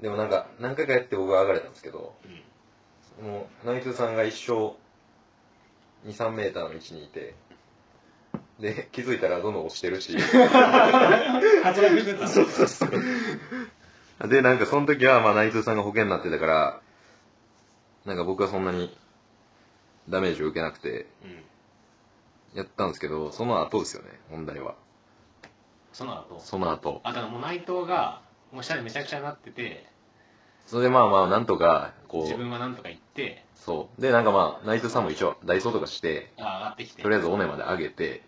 [SPEAKER 3] でもなんか何回かやって僕は上がれたんですけど
[SPEAKER 2] うん
[SPEAKER 3] もう内藤さんが一生23メーターの位置にいてで気づいたらどんどん押してるし
[SPEAKER 2] 活躍してた
[SPEAKER 3] そうそうそうでなんかその時はまあ内藤さんが保険になってたからなんか僕はそんなにダメージを受けなくて
[SPEAKER 2] うん
[SPEAKER 3] やったんですけどその後ですよね問題は
[SPEAKER 2] その後
[SPEAKER 3] その後
[SPEAKER 2] あだからもう内藤がもう下でめちゃくちゃになってて
[SPEAKER 3] それでまあまあ、なんとか、こ
[SPEAKER 2] 自
[SPEAKER 3] う、
[SPEAKER 2] 分はなんとか行って
[SPEAKER 3] そう。で、なんかまあ、内藤さんも一応、ダイソーとかして、
[SPEAKER 2] あ上がってきて
[SPEAKER 3] とりあえず尾根まで上げて、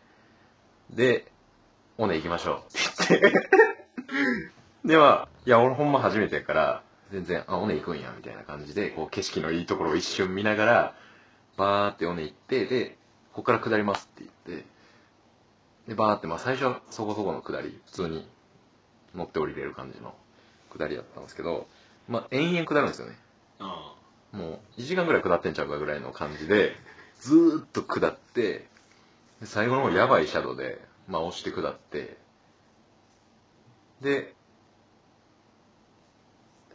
[SPEAKER 3] で、尾根行きましょう。では、いや、俺ほんま初めてやから、全然、あ、尾根行くんや、みたいな感じで、こう、景色のいいところを一瞬見ながら、バーって尾根行って、で、ここから下りますって言って、で、バーって、まあ最初はそこそこの下り、普通に乗って降りれる感じの下りだったんですけど、まあ延々下るんですよね。
[SPEAKER 2] うん
[SPEAKER 3] もう1時間ぐらい下ってんちゃうかぐらいの感じで、ずーっと下って、で最後の方やばいシャドウで、まあ押して下って、で、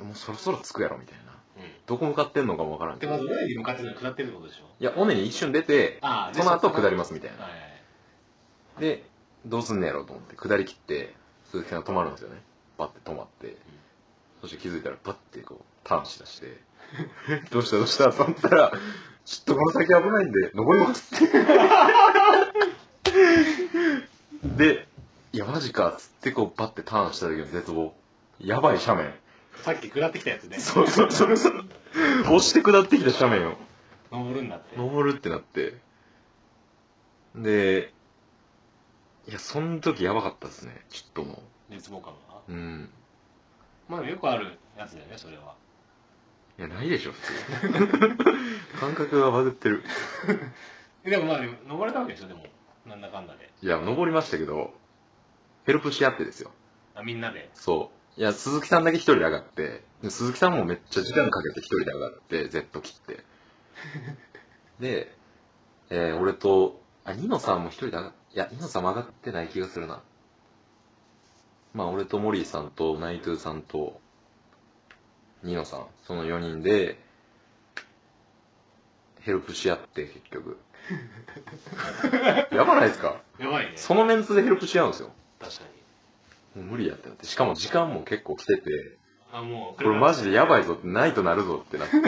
[SPEAKER 3] もうそろそろ着くやろみたいな。
[SPEAKER 2] う
[SPEAKER 3] どこ向かってんのかもわからん
[SPEAKER 2] ん
[SPEAKER 3] け
[SPEAKER 2] で
[SPEAKER 3] ど。
[SPEAKER 2] ま
[SPEAKER 3] い
[SPEAKER 2] ず上に向かってるのは下ってるってことでしょ
[SPEAKER 3] や、尾根に一瞬出て、
[SPEAKER 2] ああ
[SPEAKER 3] その後下りますみたいな。
[SPEAKER 2] はいはい
[SPEAKER 3] で、どうすんねやろうと思って、下り切って、鈴木さんが止まるんですよね。バッて止まって、そして気づいたら、バッてこう、ターンしだして、 どうしたどうしたと思ったら、ちょっとこの先危ないんで、登りますって。 で、いや、マジか、つってこう、バッてターンした時の絶望。やばい斜面。
[SPEAKER 2] さっき下ってきたやつね
[SPEAKER 3] そうそうそうそう。押して下ってきた斜面を。
[SPEAKER 2] 登るんだって
[SPEAKER 3] 登るってなって。で、いや、その時やばかったですね。ちょっとも
[SPEAKER 2] 絶望感が
[SPEAKER 3] う。うん。
[SPEAKER 2] まあよくあるやつだよねそれはい
[SPEAKER 3] や、ないでしょ、普通。感覚がバズってる。
[SPEAKER 2] でもまあでも登れたわけでしょでもなんだかんだで
[SPEAKER 3] いや、登りましたけど、ヘルプし合ってですよ。
[SPEAKER 2] あみんなで
[SPEAKER 3] そう。いや、鈴木さんだけ一人で上がって、で鈴木さんもめっちゃ時間かけて一人で上がって、Z 切って。で、えー俺と、あ、ニノさんも一人で上がっ、いや、ニノさんも上がってない気がするな。まあ、俺とモリーさんと、ナイトゥーさんと、ニノさん、その4人で、ヘルプし合って、結局。やばないですか
[SPEAKER 2] やばいね
[SPEAKER 3] そのメンツでヘルプし合うんですよ。
[SPEAKER 2] 確かに
[SPEAKER 3] もう無理やってなって。しかも時間も結構来てて、
[SPEAKER 2] あもう
[SPEAKER 3] これマジでやばいぞって、ないとなるぞってなって、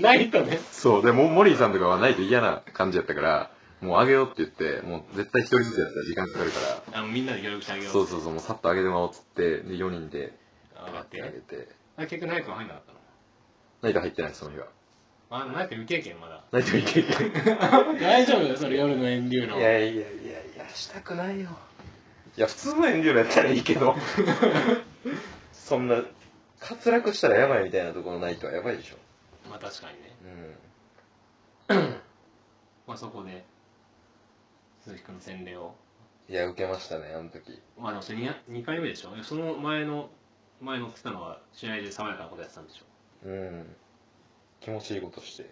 [SPEAKER 2] ないとね
[SPEAKER 3] そう、でも、モリーさんとかはないと嫌な感じやったから、もうあげようって言って、もう絶対一人ずつやったら時間かかるか
[SPEAKER 2] あみんなで協力してあげ
[SPEAKER 3] ら、
[SPEAKER 2] よう
[SPEAKER 3] そうそうそう、もうさっとあげてもらおうっつって、で、4人で、
[SPEAKER 2] 上がっ
[SPEAKER 3] あげ
[SPEAKER 2] て
[SPEAKER 3] て、
[SPEAKER 2] あ結局ナイトは入んなかったの
[SPEAKER 3] ナイト入ってない、その日は。
[SPEAKER 2] まあナイト未経験まだ
[SPEAKER 3] ナイトい けいけ。
[SPEAKER 2] 大丈夫だよそれ夜の遠流の
[SPEAKER 3] いやいやいや、したくないよ。いや、普通の遠慮やったらいいけ ど、そんな、滑落したらやばいみたいなところないとはやばいでしょ。
[SPEAKER 2] まあ確かにね
[SPEAKER 3] うん。
[SPEAKER 2] まあそこで鈴木君の洗礼を
[SPEAKER 3] いや、受けましたね、あの時。
[SPEAKER 2] まあでもそれ 2, 2回目でしょその前の前のってたのは試合で爽やかなことやってたんでしょ
[SPEAKER 3] うん。気持ちいいことして。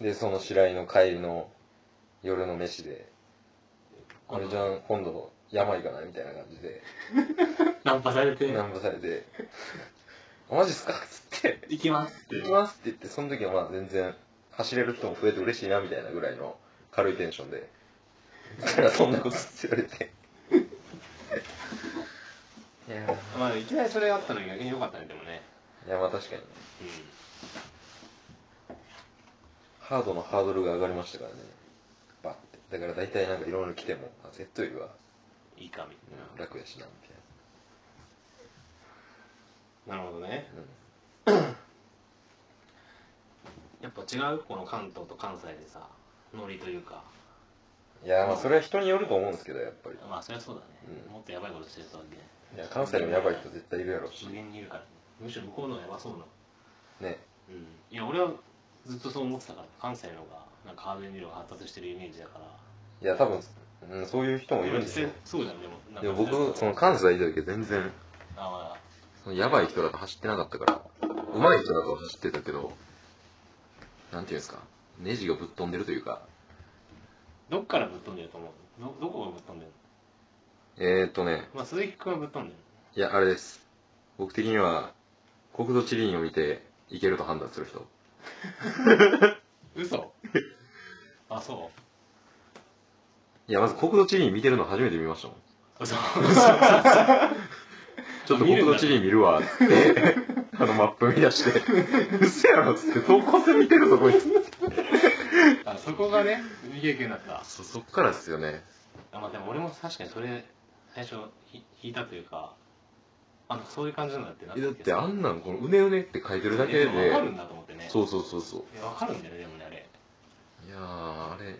[SPEAKER 3] で、その白井の帰りの夜の飯で、あれじゃん、今度、山行かないみたいな感じで、
[SPEAKER 2] ナンパされて
[SPEAKER 3] ナンパされて、あマジっすかっつって、
[SPEAKER 2] 行きますって
[SPEAKER 3] 行きますって言って、その時はまあ全然、走れる人も増えて嬉しいなみたいなぐらいの軽いテンションで、そしたらそんなこと言われて。 いやー
[SPEAKER 2] まあいきなりそれがあったのに逆に良かったねでもね
[SPEAKER 3] いや、まあ確かにね、
[SPEAKER 2] うん
[SPEAKER 3] ハードのハードルが上がりましたからね。バッて。だから大体なんかいろいろ来ても、あ Z よりは、
[SPEAKER 2] いいかみたい
[SPEAKER 3] うん楽やしな、み
[SPEAKER 2] な
[SPEAKER 3] たい
[SPEAKER 2] なるほどね
[SPEAKER 3] な。うん
[SPEAKER 2] やっぱ違うこの関東と関西でさノリというか
[SPEAKER 3] いやーまあそれは人によると思うんですけど、やっぱり。
[SPEAKER 2] まあそりゃそうだね、
[SPEAKER 3] うん
[SPEAKER 2] もっとやばいことしてる人だけね
[SPEAKER 3] いや、関西でもやばい人絶対いるやろうし
[SPEAKER 2] 無。限にいるからねむしろ向こうの方がやばそうな
[SPEAKER 3] ね。
[SPEAKER 2] うんいや俺はずっとそう思ってたから関西の方がなんかハードエンデューが発達してるイメージだから
[SPEAKER 3] いや、多分、うん、そういう人もいるんです
[SPEAKER 2] 実
[SPEAKER 3] よ
[SPEAKER 2] 際。そうじゃんでもなんか
[SPEAKER 3] でも僕、その関西いた時は全然、
[SPEAKER 2] あ
[SPEAKER 3] そのやばい人だと走ってなかったから、上手い人だと走ってたけど、なんていうんですか、ネジがぶっ飛んでるというか、
[SPEAKER 2] どっからぶっ飛んでると思うどどこがぶっ飛んでる
[SPEAKER 3] えーっとね、
[SPEAKER 2] のまあ鈴木君はぶっ飛んでる
[SPEAKER 3] いや、あれです。僕的には、国土地理院を見て、いけると判断する人。
[SPEAKER 2] 嘘 あそ
[SPEAKER 3] いや、まず国土地理院見てるの初めて見ましたもん。
[SPEAKER 2] うそう
[SPEAKER 3] ちょっと国土地理院見るわ、っつ って、あのマップ見出して、嘘やろっつって、投稿線見てるぞ、こいつ。
[SPEAKER 2] あそこがね未経験だった
[SPEAKER 3] そ、そっからですよね。
[SPEAKER 2] あまあでも俺も確かにそれ最初ひ引いたというかあのそういう感じなんだってな
[SPEAKER 3] えだっ
[SPEAKER 2] 気
[SPEAKER 3] て
[SPEAKER 2] が
[SPEAKER 3] あんなん、このうねうねって書いてるだけで、
[SPEAKER 2] するいやわかるんだと思ってね
[SPEAKER 3] そうそうそうそう。
[SPEAKER 2] いやわかるんだよねでもねあれ
[SPEAKER 3] いやー、あれ、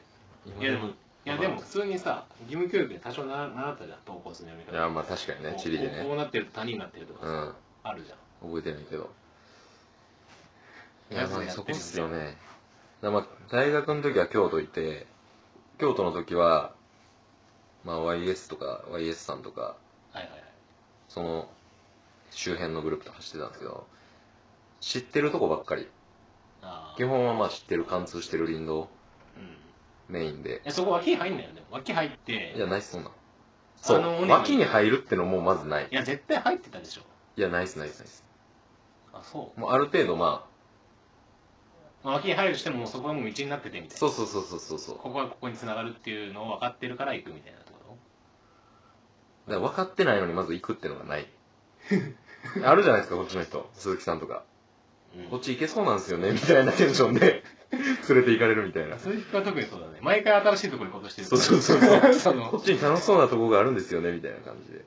[SPEAKER 3] 今
[SPEAKER 2] いやでもいやでも
[SPEAKER 3] い
[SPEAKER 2] 普通にさ義務教育で多少な習ったじゃん投稿する読み方
[SPEAKER 3] や、まあ確かにね
[SPEAKER 2] こ、う
[SPEAKER 3] 地理で
[SPEAKER 2] こうこ
[SPEAKER 3] ね。
[SPEAKER 2] うなってると谷になってるとか
[SPEAKER 3] う
[SPEAKER 2] さ、
[SPEAKER 3] ん、
[SPEAKER 2] あるじゃん
[SPEAKER 3] 覚えてないけど。い
[SPEAKER 2] や
[SPEAKER 3] や、
[SPEAKER 2] つ
[SPEAKER 3] ま
[SPEAKER 2] で
[SPEAKER 3] あ
[SPEAKER 2] や
[SPEAKER 3] そ
[SPEAKER 2] って
[SPEAKER 3] こ
[SPEAKER 2] るん
[SPEAKER 3] っ
[SPEAKER 2] だよ
[SPEAKER 3] すよね。だまあ、大学の時は京都いて、京都の時は、まあ YS とか YS さんとか、
[SPEAKER 2] はいはいはい
[SPEAKER 3] その周辺のグループと走ってたんですけど、知ってるとこばっかり。
[SPEAKER 2] あー
[SPEAKER 3] 基本はまあ知ってる、貫通してる林道
[SPEAKER 2] うん
[SPEAKER 3] メインで。
[SPEAKER 2] えそこ脇入んないよね脇入って
[SPEAKER 3] い
[SPEAKER 2] いや
[SPEAKER 3] や、ないっす、そんなん。そ
[SPEAKER 2] あのお
[SPEAKER 3] う、
[SPEAKER 2] ね
[SPEAKER 3] 脇に入るってのもまずない。
[SPEAKER 2] 絶対入ってたでしょ
[SPEAKER 3] いや、ないっす、ないっす、ないっす。
[SPEAKER 2] あそう
[SPEAKER 3] もうある程度ま
[SPEAKER 2] まあ、脇に入るとしてももうそこはもう道になっててみたいな
[SPEAKER 3] そうそうそうそうそうそう
[SPEAKER 2] ここはここに繋がるっていうのを分かってるから行くみたいなところ
[SPEAKER 3] だから分かってないのにまず行くっていうのがないあるじゃないですかこっちの人鈴木さんとかこっち行けそうなんですよねみたいなテンションで連れて行かれるみたいな
[SPEAKER 2] そういう人は特にそうだね毎回新しいところ行こうとしてる
[SPEAKER 3] そうそうそうそう
[SPEAKER 2] そ
[SPEAKER 3] こ
[SPEAKER 2] の
[SPEAKER 3] っちに楽しそうなとこがあるんですよねみたいな感じで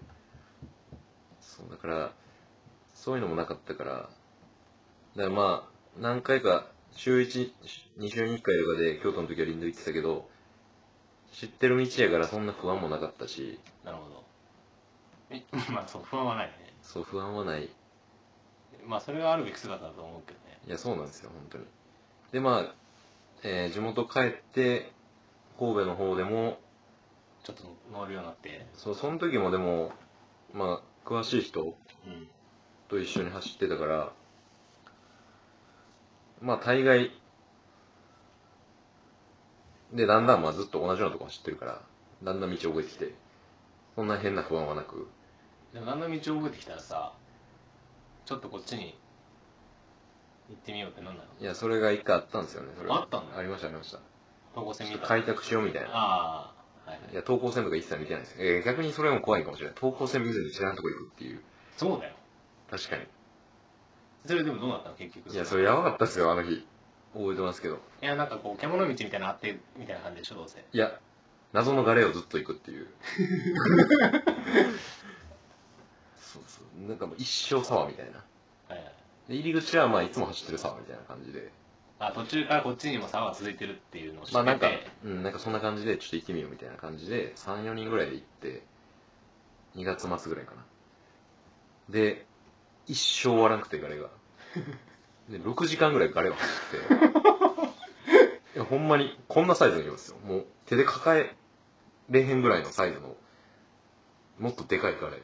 [SPEAKER 3] そうだからそういうのもなかったからだからまあ何回か週12週に1回とかで京都の時は林道行ってたけど知ってる道やからそんな不安もなかったし
[SPEAKER 2] なるほどえまあそう不安はないね
[SPEAKER 3] そう不安はない
[SPEAKER 2] まあそれはあるべき姿だと思うけどね
[SPEAKER 3] いやそうなんですよ本当にでまあ、えー地元帰って神戸の方でも
[SPEAKER 2] ちょっと乗るようになって
[SPEAKER 3] そうその時もでもまあ詳しい人
[SPEAKER 2] うん
[SPEAKER 3] と一緒に走ってたから、まあ大概、で、だんだんまあずっと同じようなとこ走ってるから、だんだん道覚えてきて、そんな変な不安はなく、
[SPEAKER 2] でもだんだん道を覚えてきたらさちょっとこっちに行ってみようってなんなの
[SPEAKER 3] いや、それが一回あったんですよね、それは
[SPEAKER 2] あったの
[SPEAKER 3] ありました、ありました。
[SPEAKER 2] 投稿
[SPEAKER 3] ち
[SPEAKER 2] 戦
[SPEAKER 3] ょ
[SPEAKER 2] みい
[SPEAKER 3] ったと
[SPEAKER 2] な
[SPEAKER 3] 開拓しようみたいな。
[SPEAKER 2] ああはいはい
[SPEAKER 3] いや、投稿線とか一切見てないです。えー逆にそれも怖いかもしれない。投稿線見ずに知らんとこ行くっていう。
[SPEAKER 2] そうだよ
[SPEAKER 3] 確かに。
[SPEAKER 2] それでもどうなったの結局
[SPEAKER 3] いや、それやばかったですよ、あの日。覚えてますけど。
[SPEAKER 2] いやなんかこう獣道みたいなのあってみたいな感じでしょどうせ
[SPEAKER 3] いや、謎のガレをずっと行くって いう。そうそう。なんかもう一生沢みたいな。
[SPEAKER 2] はいはい
[SPEAKER 3] で入り口はまあいつも走ってる沢みたいな感じで。
[SPEAKER 2] あ途中からこっちにも沢が続いてるっていうのを知ってて、
[SPEAKER 3] まあなんか、うん、なんかそんな感じでちょっと行ってみようみたいな感じで、3、4人ぐらいで行って、2月末ぐらいかな。で、一生終わらなくてガレが。で、6時間ぐらいガレを走って。いや、ほんまに、こんなサイズのようですよ。もう手で抱えれへんぐらいのサイズの、もっとでかいガレ。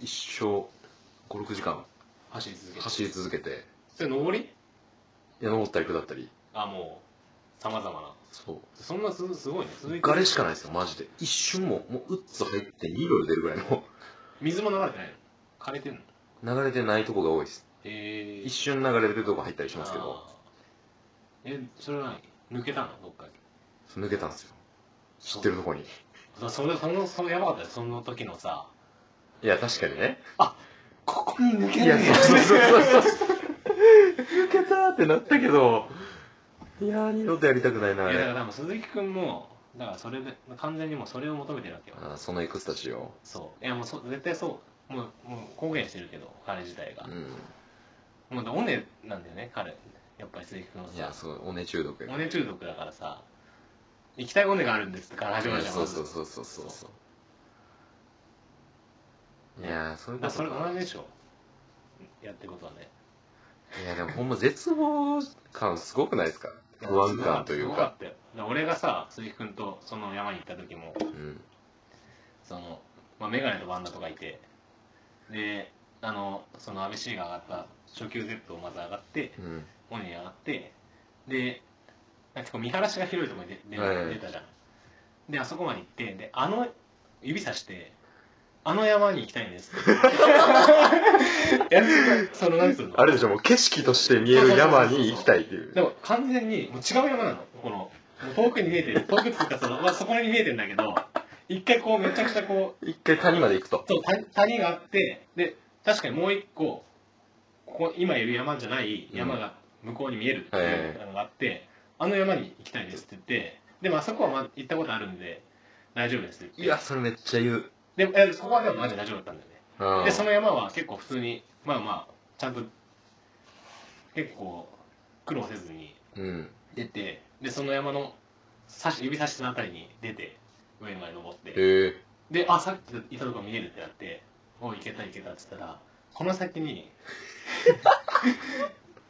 [SPEAKER 3] 一生、5、6時間
[SPEAKER 2] 走り続けて
[SPEAKER 3] 走り続けて、
[SPEAKER 2] それ登り
[SPEAKER 3] いや登ったり下ったり。
[SPEAKER 2] あもうさまざまな
[SPEAKER 3] そう。
[SPEAKER 2] そんなすすごいね続いて
[SPEAKER 3] ガレしかないですよ、マジで。一瞬もう、もう、うっつ入って2秒で出るぐらいの、
[SPEAKER 2] 水も流れてないの枯れてんの
[SPEAKER 3] 流れてないとこが多いです。
[SPEAKER 2] ええ
[SPEAKER 3] 一瞬流れてるとこ入ったりしますけど、
[SPEAKER 2] あーえそれは何抜けたのどっかに
[SPEAKER 3] 抜けたんですよ。知ってるとこに。
[SPEAKER 2] そそれそのそのやばかったよその時のさ
[SPEAKER 3] いや、確かにね。
[SPEAKER 2] ここに抜
[SPEAKER 3] い
[SPEAKER 2] け
[SPEAKER 3] や、
[SPEAKER 2] る
[SPEAKER 3] そうそうそうそう。抜けたってなったけど、いやー、二度とやりたくないな、あ
[SPEAKER 2] いやだか
[SPEAKER 3] れ。
[SPEAKER 2] ら多分鈴木君もだからそれで完全にもうそれを求めてるわけよ
[SPEAKER 3] あーそのエクスタシーを。
[SPEAKER 2] そういやもうそ絶対そうもうもう公言してるけど彼自体が
[SPEAKER 3] う、
[SPEAKER 2] も
[SPEAKER 3] ん。
[SPEAKER 2] うおねなんだよね彼やっぱり鈴木君はい
[SPEAKER 3] や、
[SPEAKER 2] さ
[SPEAKER 3] そう、おね中毒や
[SPEAKER 2] おね中毒だからさ行きたいおねがあるんですってから始まる
[SPEAKER 3] い
[SPEAKER 2] じ
[SPEAKER 3] や
[SPEAKER 2] ゃん
[SPEAKER 3] そうそう
[SPEAKER 2] ま
[SPEAKER 3] そうそうそう
[SPEAKER 2] そ
[SPEAKER 3] いやー、そう
[SPEAKER 2] ず
[SPEAKER 3] いうこ
[SPEAKER 2] だ
[SPEAKER 3] と
[SPEAKER 2] からそれ
[SPEAKER 3] か
[SPEAKER 2] 同じでしょやってることはね
[SPEAKER 3] いや、でもほんま絶望感すごくないですか不安感とい
[SPEAKER 2] す
[SPEAKER 3] う
[SPEAKER 2] ごか
[SPEAKER 3] か
[SPEAKER 2] っ。たよだから俺がさ鈴木君とその山に行った時も
[SPEAKER 3] うん。
[SPEAKER 2] その、まあ、メガネとバンダとかいてであのその安倍 C が上がった初級 Z をまず上がって
[SPEAKER 3] うん。
[SPEAKER 2] オに上がってでなんかこう見晴らしが広いところに出出
[SPEAKER 3] はいはい
[SPEAKER 2] 出たじゃんであそこまで行ってであの指さしてあの山に行きたいん ですっていやその何するの
[SPEAKER 3] あれでしょ、もう景色として見える山に行きたいっていう。
[SPEAKER 2] でも完全にもう違う山なのこのもう遠くに見えてる遠くっていうかその、まあ、そこに見えてんだけど一回こうめちゃくちゃこう
[SPEAKER 3] 一回谷まで行くと。
[SPEAKER 2] そう谷谷があってで確かにもう一個ここ今いる山じゃない山が向こうに見えるっていうのがあって、あの山に行きたいですって言ってでもあそこはま行ったことあるんで大丈夫ですって
[SPEAKER 3] い
[SPEAKER 2] 言っ
[SPEAKER 3] や、
[SPEAKER 2] て
[SPEAKER 3] それめっちゃ言う。
[SPEAKER 2] でもえそこはでもマジで大丈夫だったんだよね、
[SPEAKER 3] うん
[SPEAKER 2] でその山は結構普通にまあまあちゃんと結構苦労せずに
[SPEAKER 3] うん。
[SPEAKER 2] 出てでその山の差し指差しのあたりに出て上まで登って
[SPEAKER 3] へえ。
[SPEAKER 2] で、あ、さっきいたとこ見えるってなって、おい、行けた行けたって言ったら、この先 に、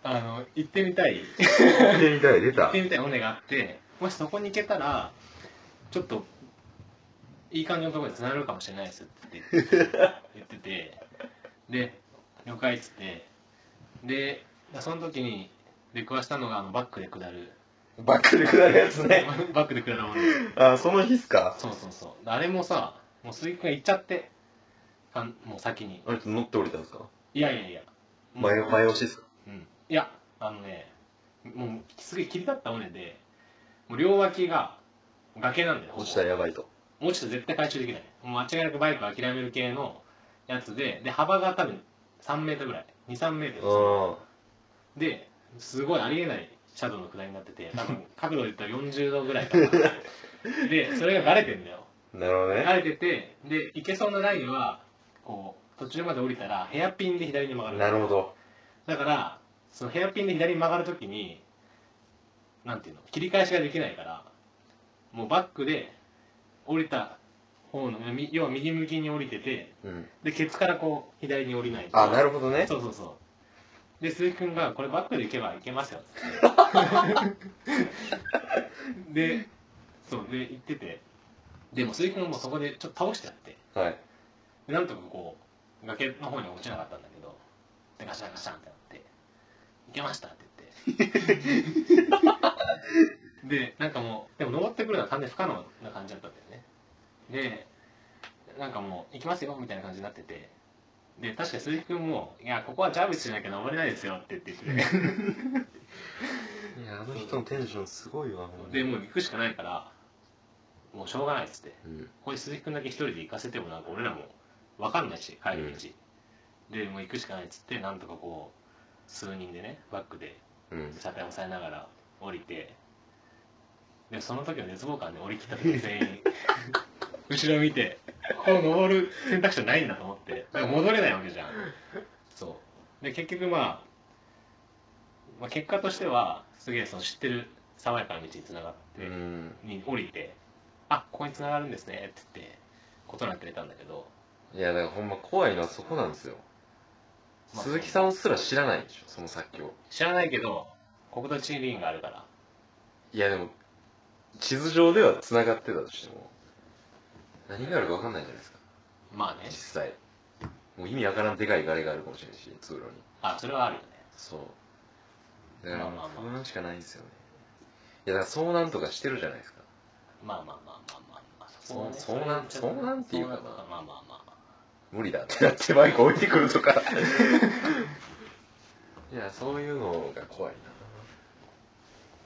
[SPEAKER 2] あの、行ってみたい、
[SPEAKER 3] 行ってみたい、出
[SPEAKER 2] 行ったて。みたい尾根があって、もしそこに行けたら、ちょっと、いい感じのところに繋がるかもしれないですって言って 言ってて、で、了解っつって、で、その時に出くわしたのが、あの、バックで下る、
[SPEAKER 3] バックで下るやつ。
[SPEAKER 2] バックで下るものです。
[SPEAKER 3] あ、その日っすか
[SPEAKER 2] そうそうそう。あれもさ、もう鈴木くんが行っちゃって、かんもう先に。
[SPEAKER 3] あれ、乗って降りたんですか
[SPEAKER 2] いやいやいや。
[SPEAKER 3] 前、前押しっすか
[SPEAKER 2] うん。いや、あのね、もうすげえ切り立った尾根でもう両脇が崖なんだよ
[SPEAKER 3] 落ちたらやばいと。
[SPEAKER 2] 落ちたら絶対回収できないもう間違いなくバイク諦める系のやつでで幅が多分3メートルぐらい23メートルですねで
[SPEAKER 3] あ
[SPEAKER 2] すごいありえないシャドウの下りになってて多分角度で言ったら40度ぐらい かなでそれがバレてんだよ
[SPEAKER 3] あ、なるほど
[SPEAKER 2] バ
[SPEAKER 3] ね。
[SPEAKER 2] レててで行けそうなラインはこう途中まで降りたらヘアピンで左に曲がる
[SPEAKER 3] なるほど。
[SPEAKER 2] だからそのヘアピンで左に曲がるときになんていうの切り返しができないからもうバックで降りた方のみ要は右向きに降りてて
[SPEAKER 3] うん。
[SPEAKER 2] でケツからこう左に降りないと
[SPEAKER 3] あ、なるほどね。
[SPEAKER 2] そうそうそうで鈴木君が「これバックで行けば行け ますよ」っつってでそうで行っててでも鈴木君はもうそこでちょっと倒してやって
[SPEAKER 3] はい。
[SPEAKER 2] でなんとかこう崖の方には落ちなかったんだけどでガシャンガシャンってなって「行けました」って言ってでなんかもうでも登ってくるのは完全に不可能な感じだったんだよねでなんかもう「行きますよ」みたいな感じになっててで確か鈴木君も「いやここはジャービスしなきゃ登れないですよ」って言ってて
[SPEAKER 3] いや、あの人のテンションすごいわ、 ほんと
[SPEAKER 2] でもう行くしかないからもうしょうがないっつって
[SPEAKER 3] うん。
[SPEAKER 2] これ鈴木君だけ一人で行かせてもなんか俺らも分かんないし帰る道、でもう行くしかないっつってなんとかこう数人でねバックで
[SPEAKER 3] うん。
[SPEAKER 2] 車体を押さえながら降りてでその時の絶望感で降り切った 時全員後ろ見てこう登る選択肢はないんだと思ってだから戻れないわけじゃんそうで結局まあ、まあ、結果としてはすげえその知ってる爽やかな道につながって、
[SPEAKER 3] うん。
[SPEAKER 2] に降りてあここに繋がるんですねって言ってことなってれたんだけど
[SPEAKER 3] いや、だからほんま怖いのはそこなんですよ。
[SPEAKER 2] まあ
[SPEAKER 3] 鈴木さんすら知らないでしょ、その先を。
[SPEAKER 2] 知らないけど国土地理院があるから
[SPEAKER 3] いや、でも、地図上では繋がってたとしても、何があるか分かんないじゃないですか、
[SPEAKER 2] まあね
[SPEAKER 3] 実際。もう意味わからんでかいガレがあるかもしれないし、通路に。
[SPEAKER 2] あそれはあるよね
[SPEAKER 3] そう。だから
[SPEAKER 2] まあまあまあ
[SPEAKER 3] 不安しかないんですよね。いや、だから遭難とかしてるじゃないですか。
[SPEAKER 2] まあまあまあまあまあまあそこはね
[SPEAKER 3] そうそうなん
[SPEAKER 2] それはちょっと
[SPEAKER 3] そうなんっていうかな
[SPEAKER 2] そまあまあまあ
[SPEAKER 3] 無理だってなってバイク置いてくると か。いや、そういうのが怖い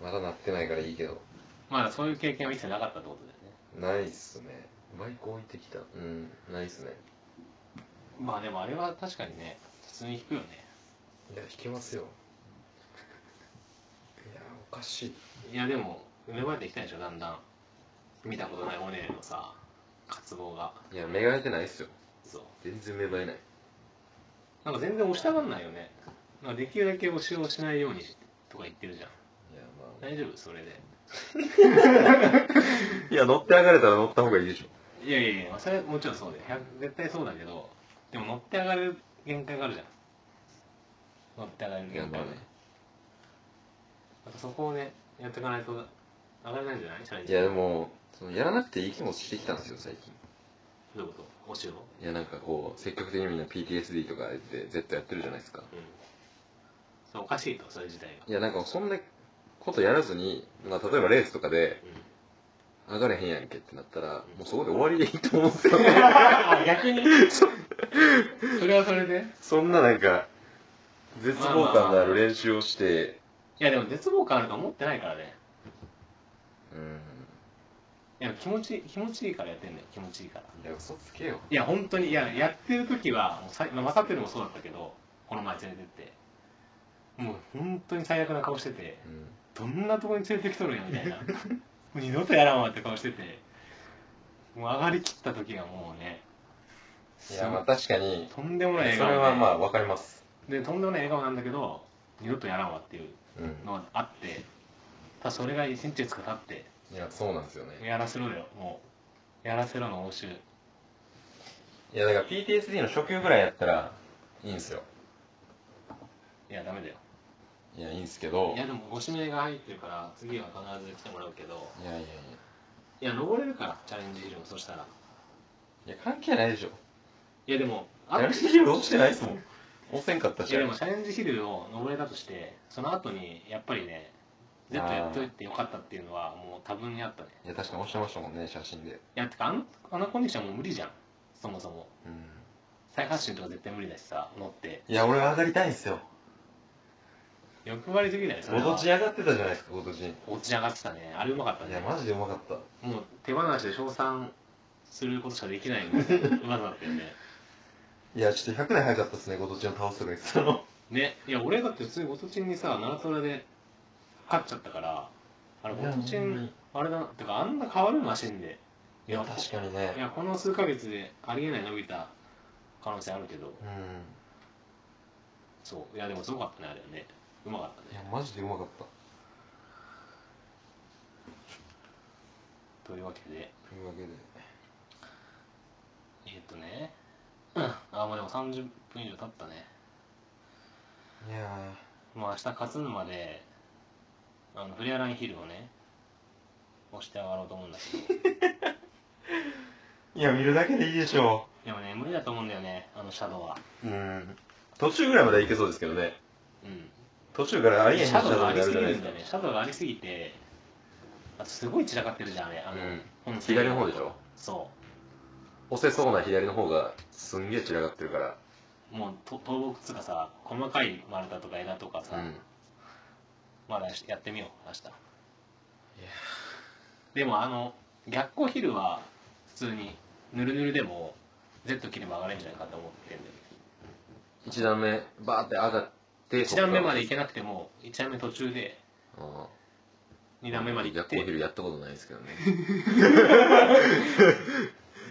[SPEAKER 3] な。まだなってないからいいけど。
[SPEAKER 2] まあそういう経験は一切なかったってことだよね
[SPEAKER 3] ないっすね。バイク置いてきた。うん、ないっすね。
[SPEAKER 2] まあでもあれは確かにね普通に引くよね
[SPEAKER 3] いや、引けますよ。いや、おかしい。
[SPEAKER 2] いやでも埋めばれてきたでしょだんだん見たことないオネエのさ渇望が
[SPEAKER 3] いや、目が出てないっすよ。
[SPEAKER 2] そう
[SPEAKER 3] 全然芽生えない。
[SPEAKER 2] なんか全然押したがんないよねなんかできるだけ押しをしないようにとか言ってるじゃん
[SPEAKER 3] いや、まあ。
[SPEAKER 2] 大丈夫それで
[SPEAKER 3] いや、乗って上がれたら乗った方がいいでしょ。
[SPEAKER 2] いやいやいやそれはもちろんそうで100絶対そうだけどでも乗って上がる限界があるじゃん乗って上がる限界
[SPEAKER 3] い
[SPEAKER 2] が
[SPEAKER 3] やまあね
[SPEAKER 2] なんかそこをねやっていかないと上がれないんじゃないチャレン
[SPEAKER 3] い
[SPEAKER 2] ジ
[SPEAKER 3] や、でも、そのやらなくていい気もしてきたんですよ、最近。
[SPEAKER 2] どういうこと押しを
[SPEAKER 3] いや、なんかこう、積極的にみんな PTSD とか言って Z やってるじゃないですか。
[SPEAKER 2] うんそうおかしいとそれ自体が
[SPEAKER 3] いや、なんかそんなことやらずに、まあ、例えばレースとかで、
[SPEAKER 2] うん
[SPEAKER 3] 上がれへんやんけってなったら、もうそこで終わりでいいと思うんですよ。
[SPEAKER 2] あ逆にそれはそれで
[SPEAKER 3] そんななんか、絶望感のある練習をして、
[SPEAKER 2] いやでも絶望感あると思ってないからね
[SPEAKER 3] うん。
[SPEAKER 2] いや気持ち気持ちいいからやってんだよ気持ちいいから
[SPEAKER 3] いや、嘘つけよ。
[SPEAKER 2] いや本当にいややってる時はもうさ、まあ、マサペルもそうだったけどこの前連れてってもう本当に最悪な顔してて
[SPEAKER 3] うん。
[SPEAKER 2] どんなとこに連れてきとるんやみたいなもう二度とやらんわって顔しててもう上がりきった時がもうね
[SPEAKER 3] いや、まあ確かに、
[SPEAKER 2] とんでも
[SPEAKER 3] そ
[SPEAKER 2] ない
[SPEAKER 3] れ
[SPEAKER 2] 笑顔で
[SPEAKER 3] はまあわかります。
[SPEAKER 2] でとんでもない笑顔なんだけど二度とやらんわっていう
[SPEAKER 3] うん。
[SPEAKER 2] のがあってただそれが一日つか経って
[SPEAKER 3] いや、そうなんですよね。
[SPEAKER 2] やらせろよもうやらせろの応酬
[SPEAKER 3] いや、だから PTSD の初級ぐらいやったら、いいんですよ。
[SPEAKER 2] いやダメだよ
[SPEAKER 3] いや、いいんですけど、
[SPEAKER 2] い
[SPEAKER 3] いや
[SPEAKER 2] やでもご指名が入ってるから次は必ず来てもらうけど
[SPEAKER 3] いやいや。
[SPEAKER 2] いや登れるからチャレンジヒルもそしたら
[SPEAKER 3] いや、関係ないでしょ。
[SPEAKER 2] いやでも
[SPEAKER 3] あ
[SPEAKER 2] あ
[SPEAKER 3] れヒーローしてないっすもん。押せんかった
[SPEAKER 2] い
[SPEAKER 3] し。
[SPEAKER 2] やでもチャレンジヒルを登れたとしてその後にやっぱりね
[SPEAKER 3] あー
[SPEAKER 2] Z やっといてよかったっていうのはもう多分にあったね
[SPEAKER 3] いや、確かに押してましたもんね、写真で。
[SPEAKER 2] いやてかあのあのコンディションもう無理じゃんそもそも
[SPEAKER 3] うん。
[SPEAKER 2] 再発進とか絶対無理だしさ乗って
[SPEAKER 3] いや、俺は上がりたいんすよ。
[SPEAKER 2] 欲張りすぎないそれは
[SPEAKER 3] 戻ち上がってたじゃないですか、今年。い
[SPEAKER 2] 落ち上がってたねあれうまかったね
[SPEAKER 3] や、マジでうまかった。
[SPEAKER 2] もう手放しで称賛することしかで きないぐらいうまさだったよね
[SPEAKER 3] いや、ちょっと100年早かったですね、今年の倒すとか言ってたの。
[SPEAKER 2] ねいや俺だって普通にゴトチンにさ奈良トラで勝っちゃったからあれ
[SPEAKER 3] い
[SPEAKER 2] ゴ
[SPEAKER 3] や
[SPEAKER 2] トチ
[SPEAKER 3] ほんまに
[SPEAKER 2] ンあれだなてかあんな変わるマシンで
[SPEAKER 3] いや、確かに
[SPEAKER 2] い
[SPEAKER 3] ね。
[SPEAKER 2] やこの数ヶ月でありえない伸びた可能性あるけど
[SPEAKER 3] うん。
[SPEAKER 2] そういやでもすごかったねあれはねうまかった
[SPEAKER 3] いや
[SPEAKER 2] ね、
[SPEAKER 3] マジでうまかった。
[SPEAKER 2] というわけで
[SPEAKER 3] というわけで。
[SPEAKER 2] えーっ、とねうんあもうでも30分以上経ったね
[SPEAKER 3] いや
[SPEAKER 2] まあ明日勝つまであのフレアラインヒルをね押して上がろうと思うんだけど
[SPEAKER 3] ー。いや、見るだけでいいでしょ
[SPEAKER 2] でもね、無理だと思うんだよね、あのシャドウは。
[SPEAKER 3] う。うん。途中ぐらいまではいけそうですけどね。
[SPEAKER 2] うん。
[SPEAKER 3] 途中からありえへん
[SPEAKER 2] シャドウがあ
[SPEAKER 3] に
[SPEAKER 2] り
[SPEAKER 3] な
[SPEAKER 2] す
[SPEAKER 3] る
[SPEAKER 2] ぎ
[SPEAKER 3] じゃない
[SPEAKER 2] る
[SPEAKER 3] で
[SPEAKER 2] ん
[SPEAKER 3] す
[SPEAKER 2] だよ。ね。シャ
[SPEAKER 3] か
[SPEAKER 2] ドウがありすぎて、あとすごい散らかってるじゃん、あれ。あの、
[SPEAKER 3] うん。左の方でし
[SPEAKER 2] ょ。
[SPEAKER 3] ょ。
[SPEAKER 2] そ
[SPEAKER 3] 押せそうな左の方がすんげえ散らかってるから。
[SPEAKER 2] う。もう、と倒木っつうかさ、細かい丸太とか枝とかさ、
[SPEAKER 3] うん。
[SPEAKER 2] まだやってみよう、明日。でも、あの、逆光ヒルは、普通に、ぬるぬるでも、Z 切れば上がれるんじゃないかと思ってんだよね。
[SPEAKER 3] 一段目、バーって上がって、
[SPEAKER 2] 1段目まで行けなくても、1段目途中で、
[SPEAKER 3] あ
[SPEAKER 2] 2段目まで行っ
[SPEAKER 3] 逆
[SPEAKER 2] て
[SPEAKER 3] 光、ヒルやったことないですけどね。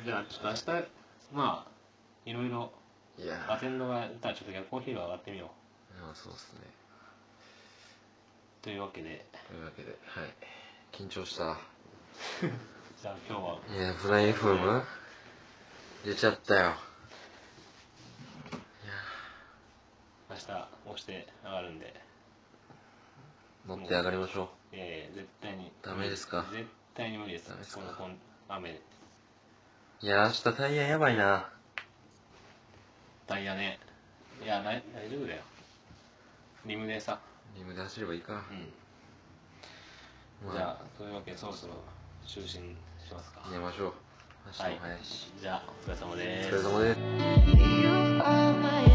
[SPEAKER 2] じゃあ、ちょっと明日、まあ、い ろいろ、
[SPEAKER 3] いや
[SPEAKER 2] アテンドがやったらちょっと逆コーヒーが上がってみよう
[SPEAKER 3] まあそうですね。
[SPEAKER 2] というわけで
[SPEAKER 3] というわけで、はい。緊張した。
[SPEAKER 2] じゃあ今日はい
[SPEAKER 3] や、フライ FM? 出ちゃったよ。
[SPEAKER 2] 明日押して上がるんで
[SPEAKER 3] 乗って上がりましょ
[SPEAKER 2] えー、絶対に
[SPEAKER 3] ダメですか
[SPEAKER 2] 絶対に無理です
[SPEAKER 3] ダメですか
[SPEAKER 2] このこん雨で
[SPEAKER 3] う。いや、明日タイヤやばいな。
[SPEAKER 2] タイヤねいや大大丈夫だよリムでさ
[SPEAKER 3] リムで走ればいいか。
[SPEAKER 2] うん、
[SPEAKER 3] ま
[SPEAKER 2] じゃあというわけでそろそろ就寝しますか
[SPEAKER 3] 寝ましょう。明
[SPEAKER 2] は
[SPEAKER 3] 日
[SPEAKER 2] い
[SPEAKER 3] も早いし。
[SPEAKER 2] じゃあお疲れ様
[SPEAKER 3] お
[SPEAKER 2] です
[SPEAKER 3] 疲れ様です。
[SPEAKER 1] You are my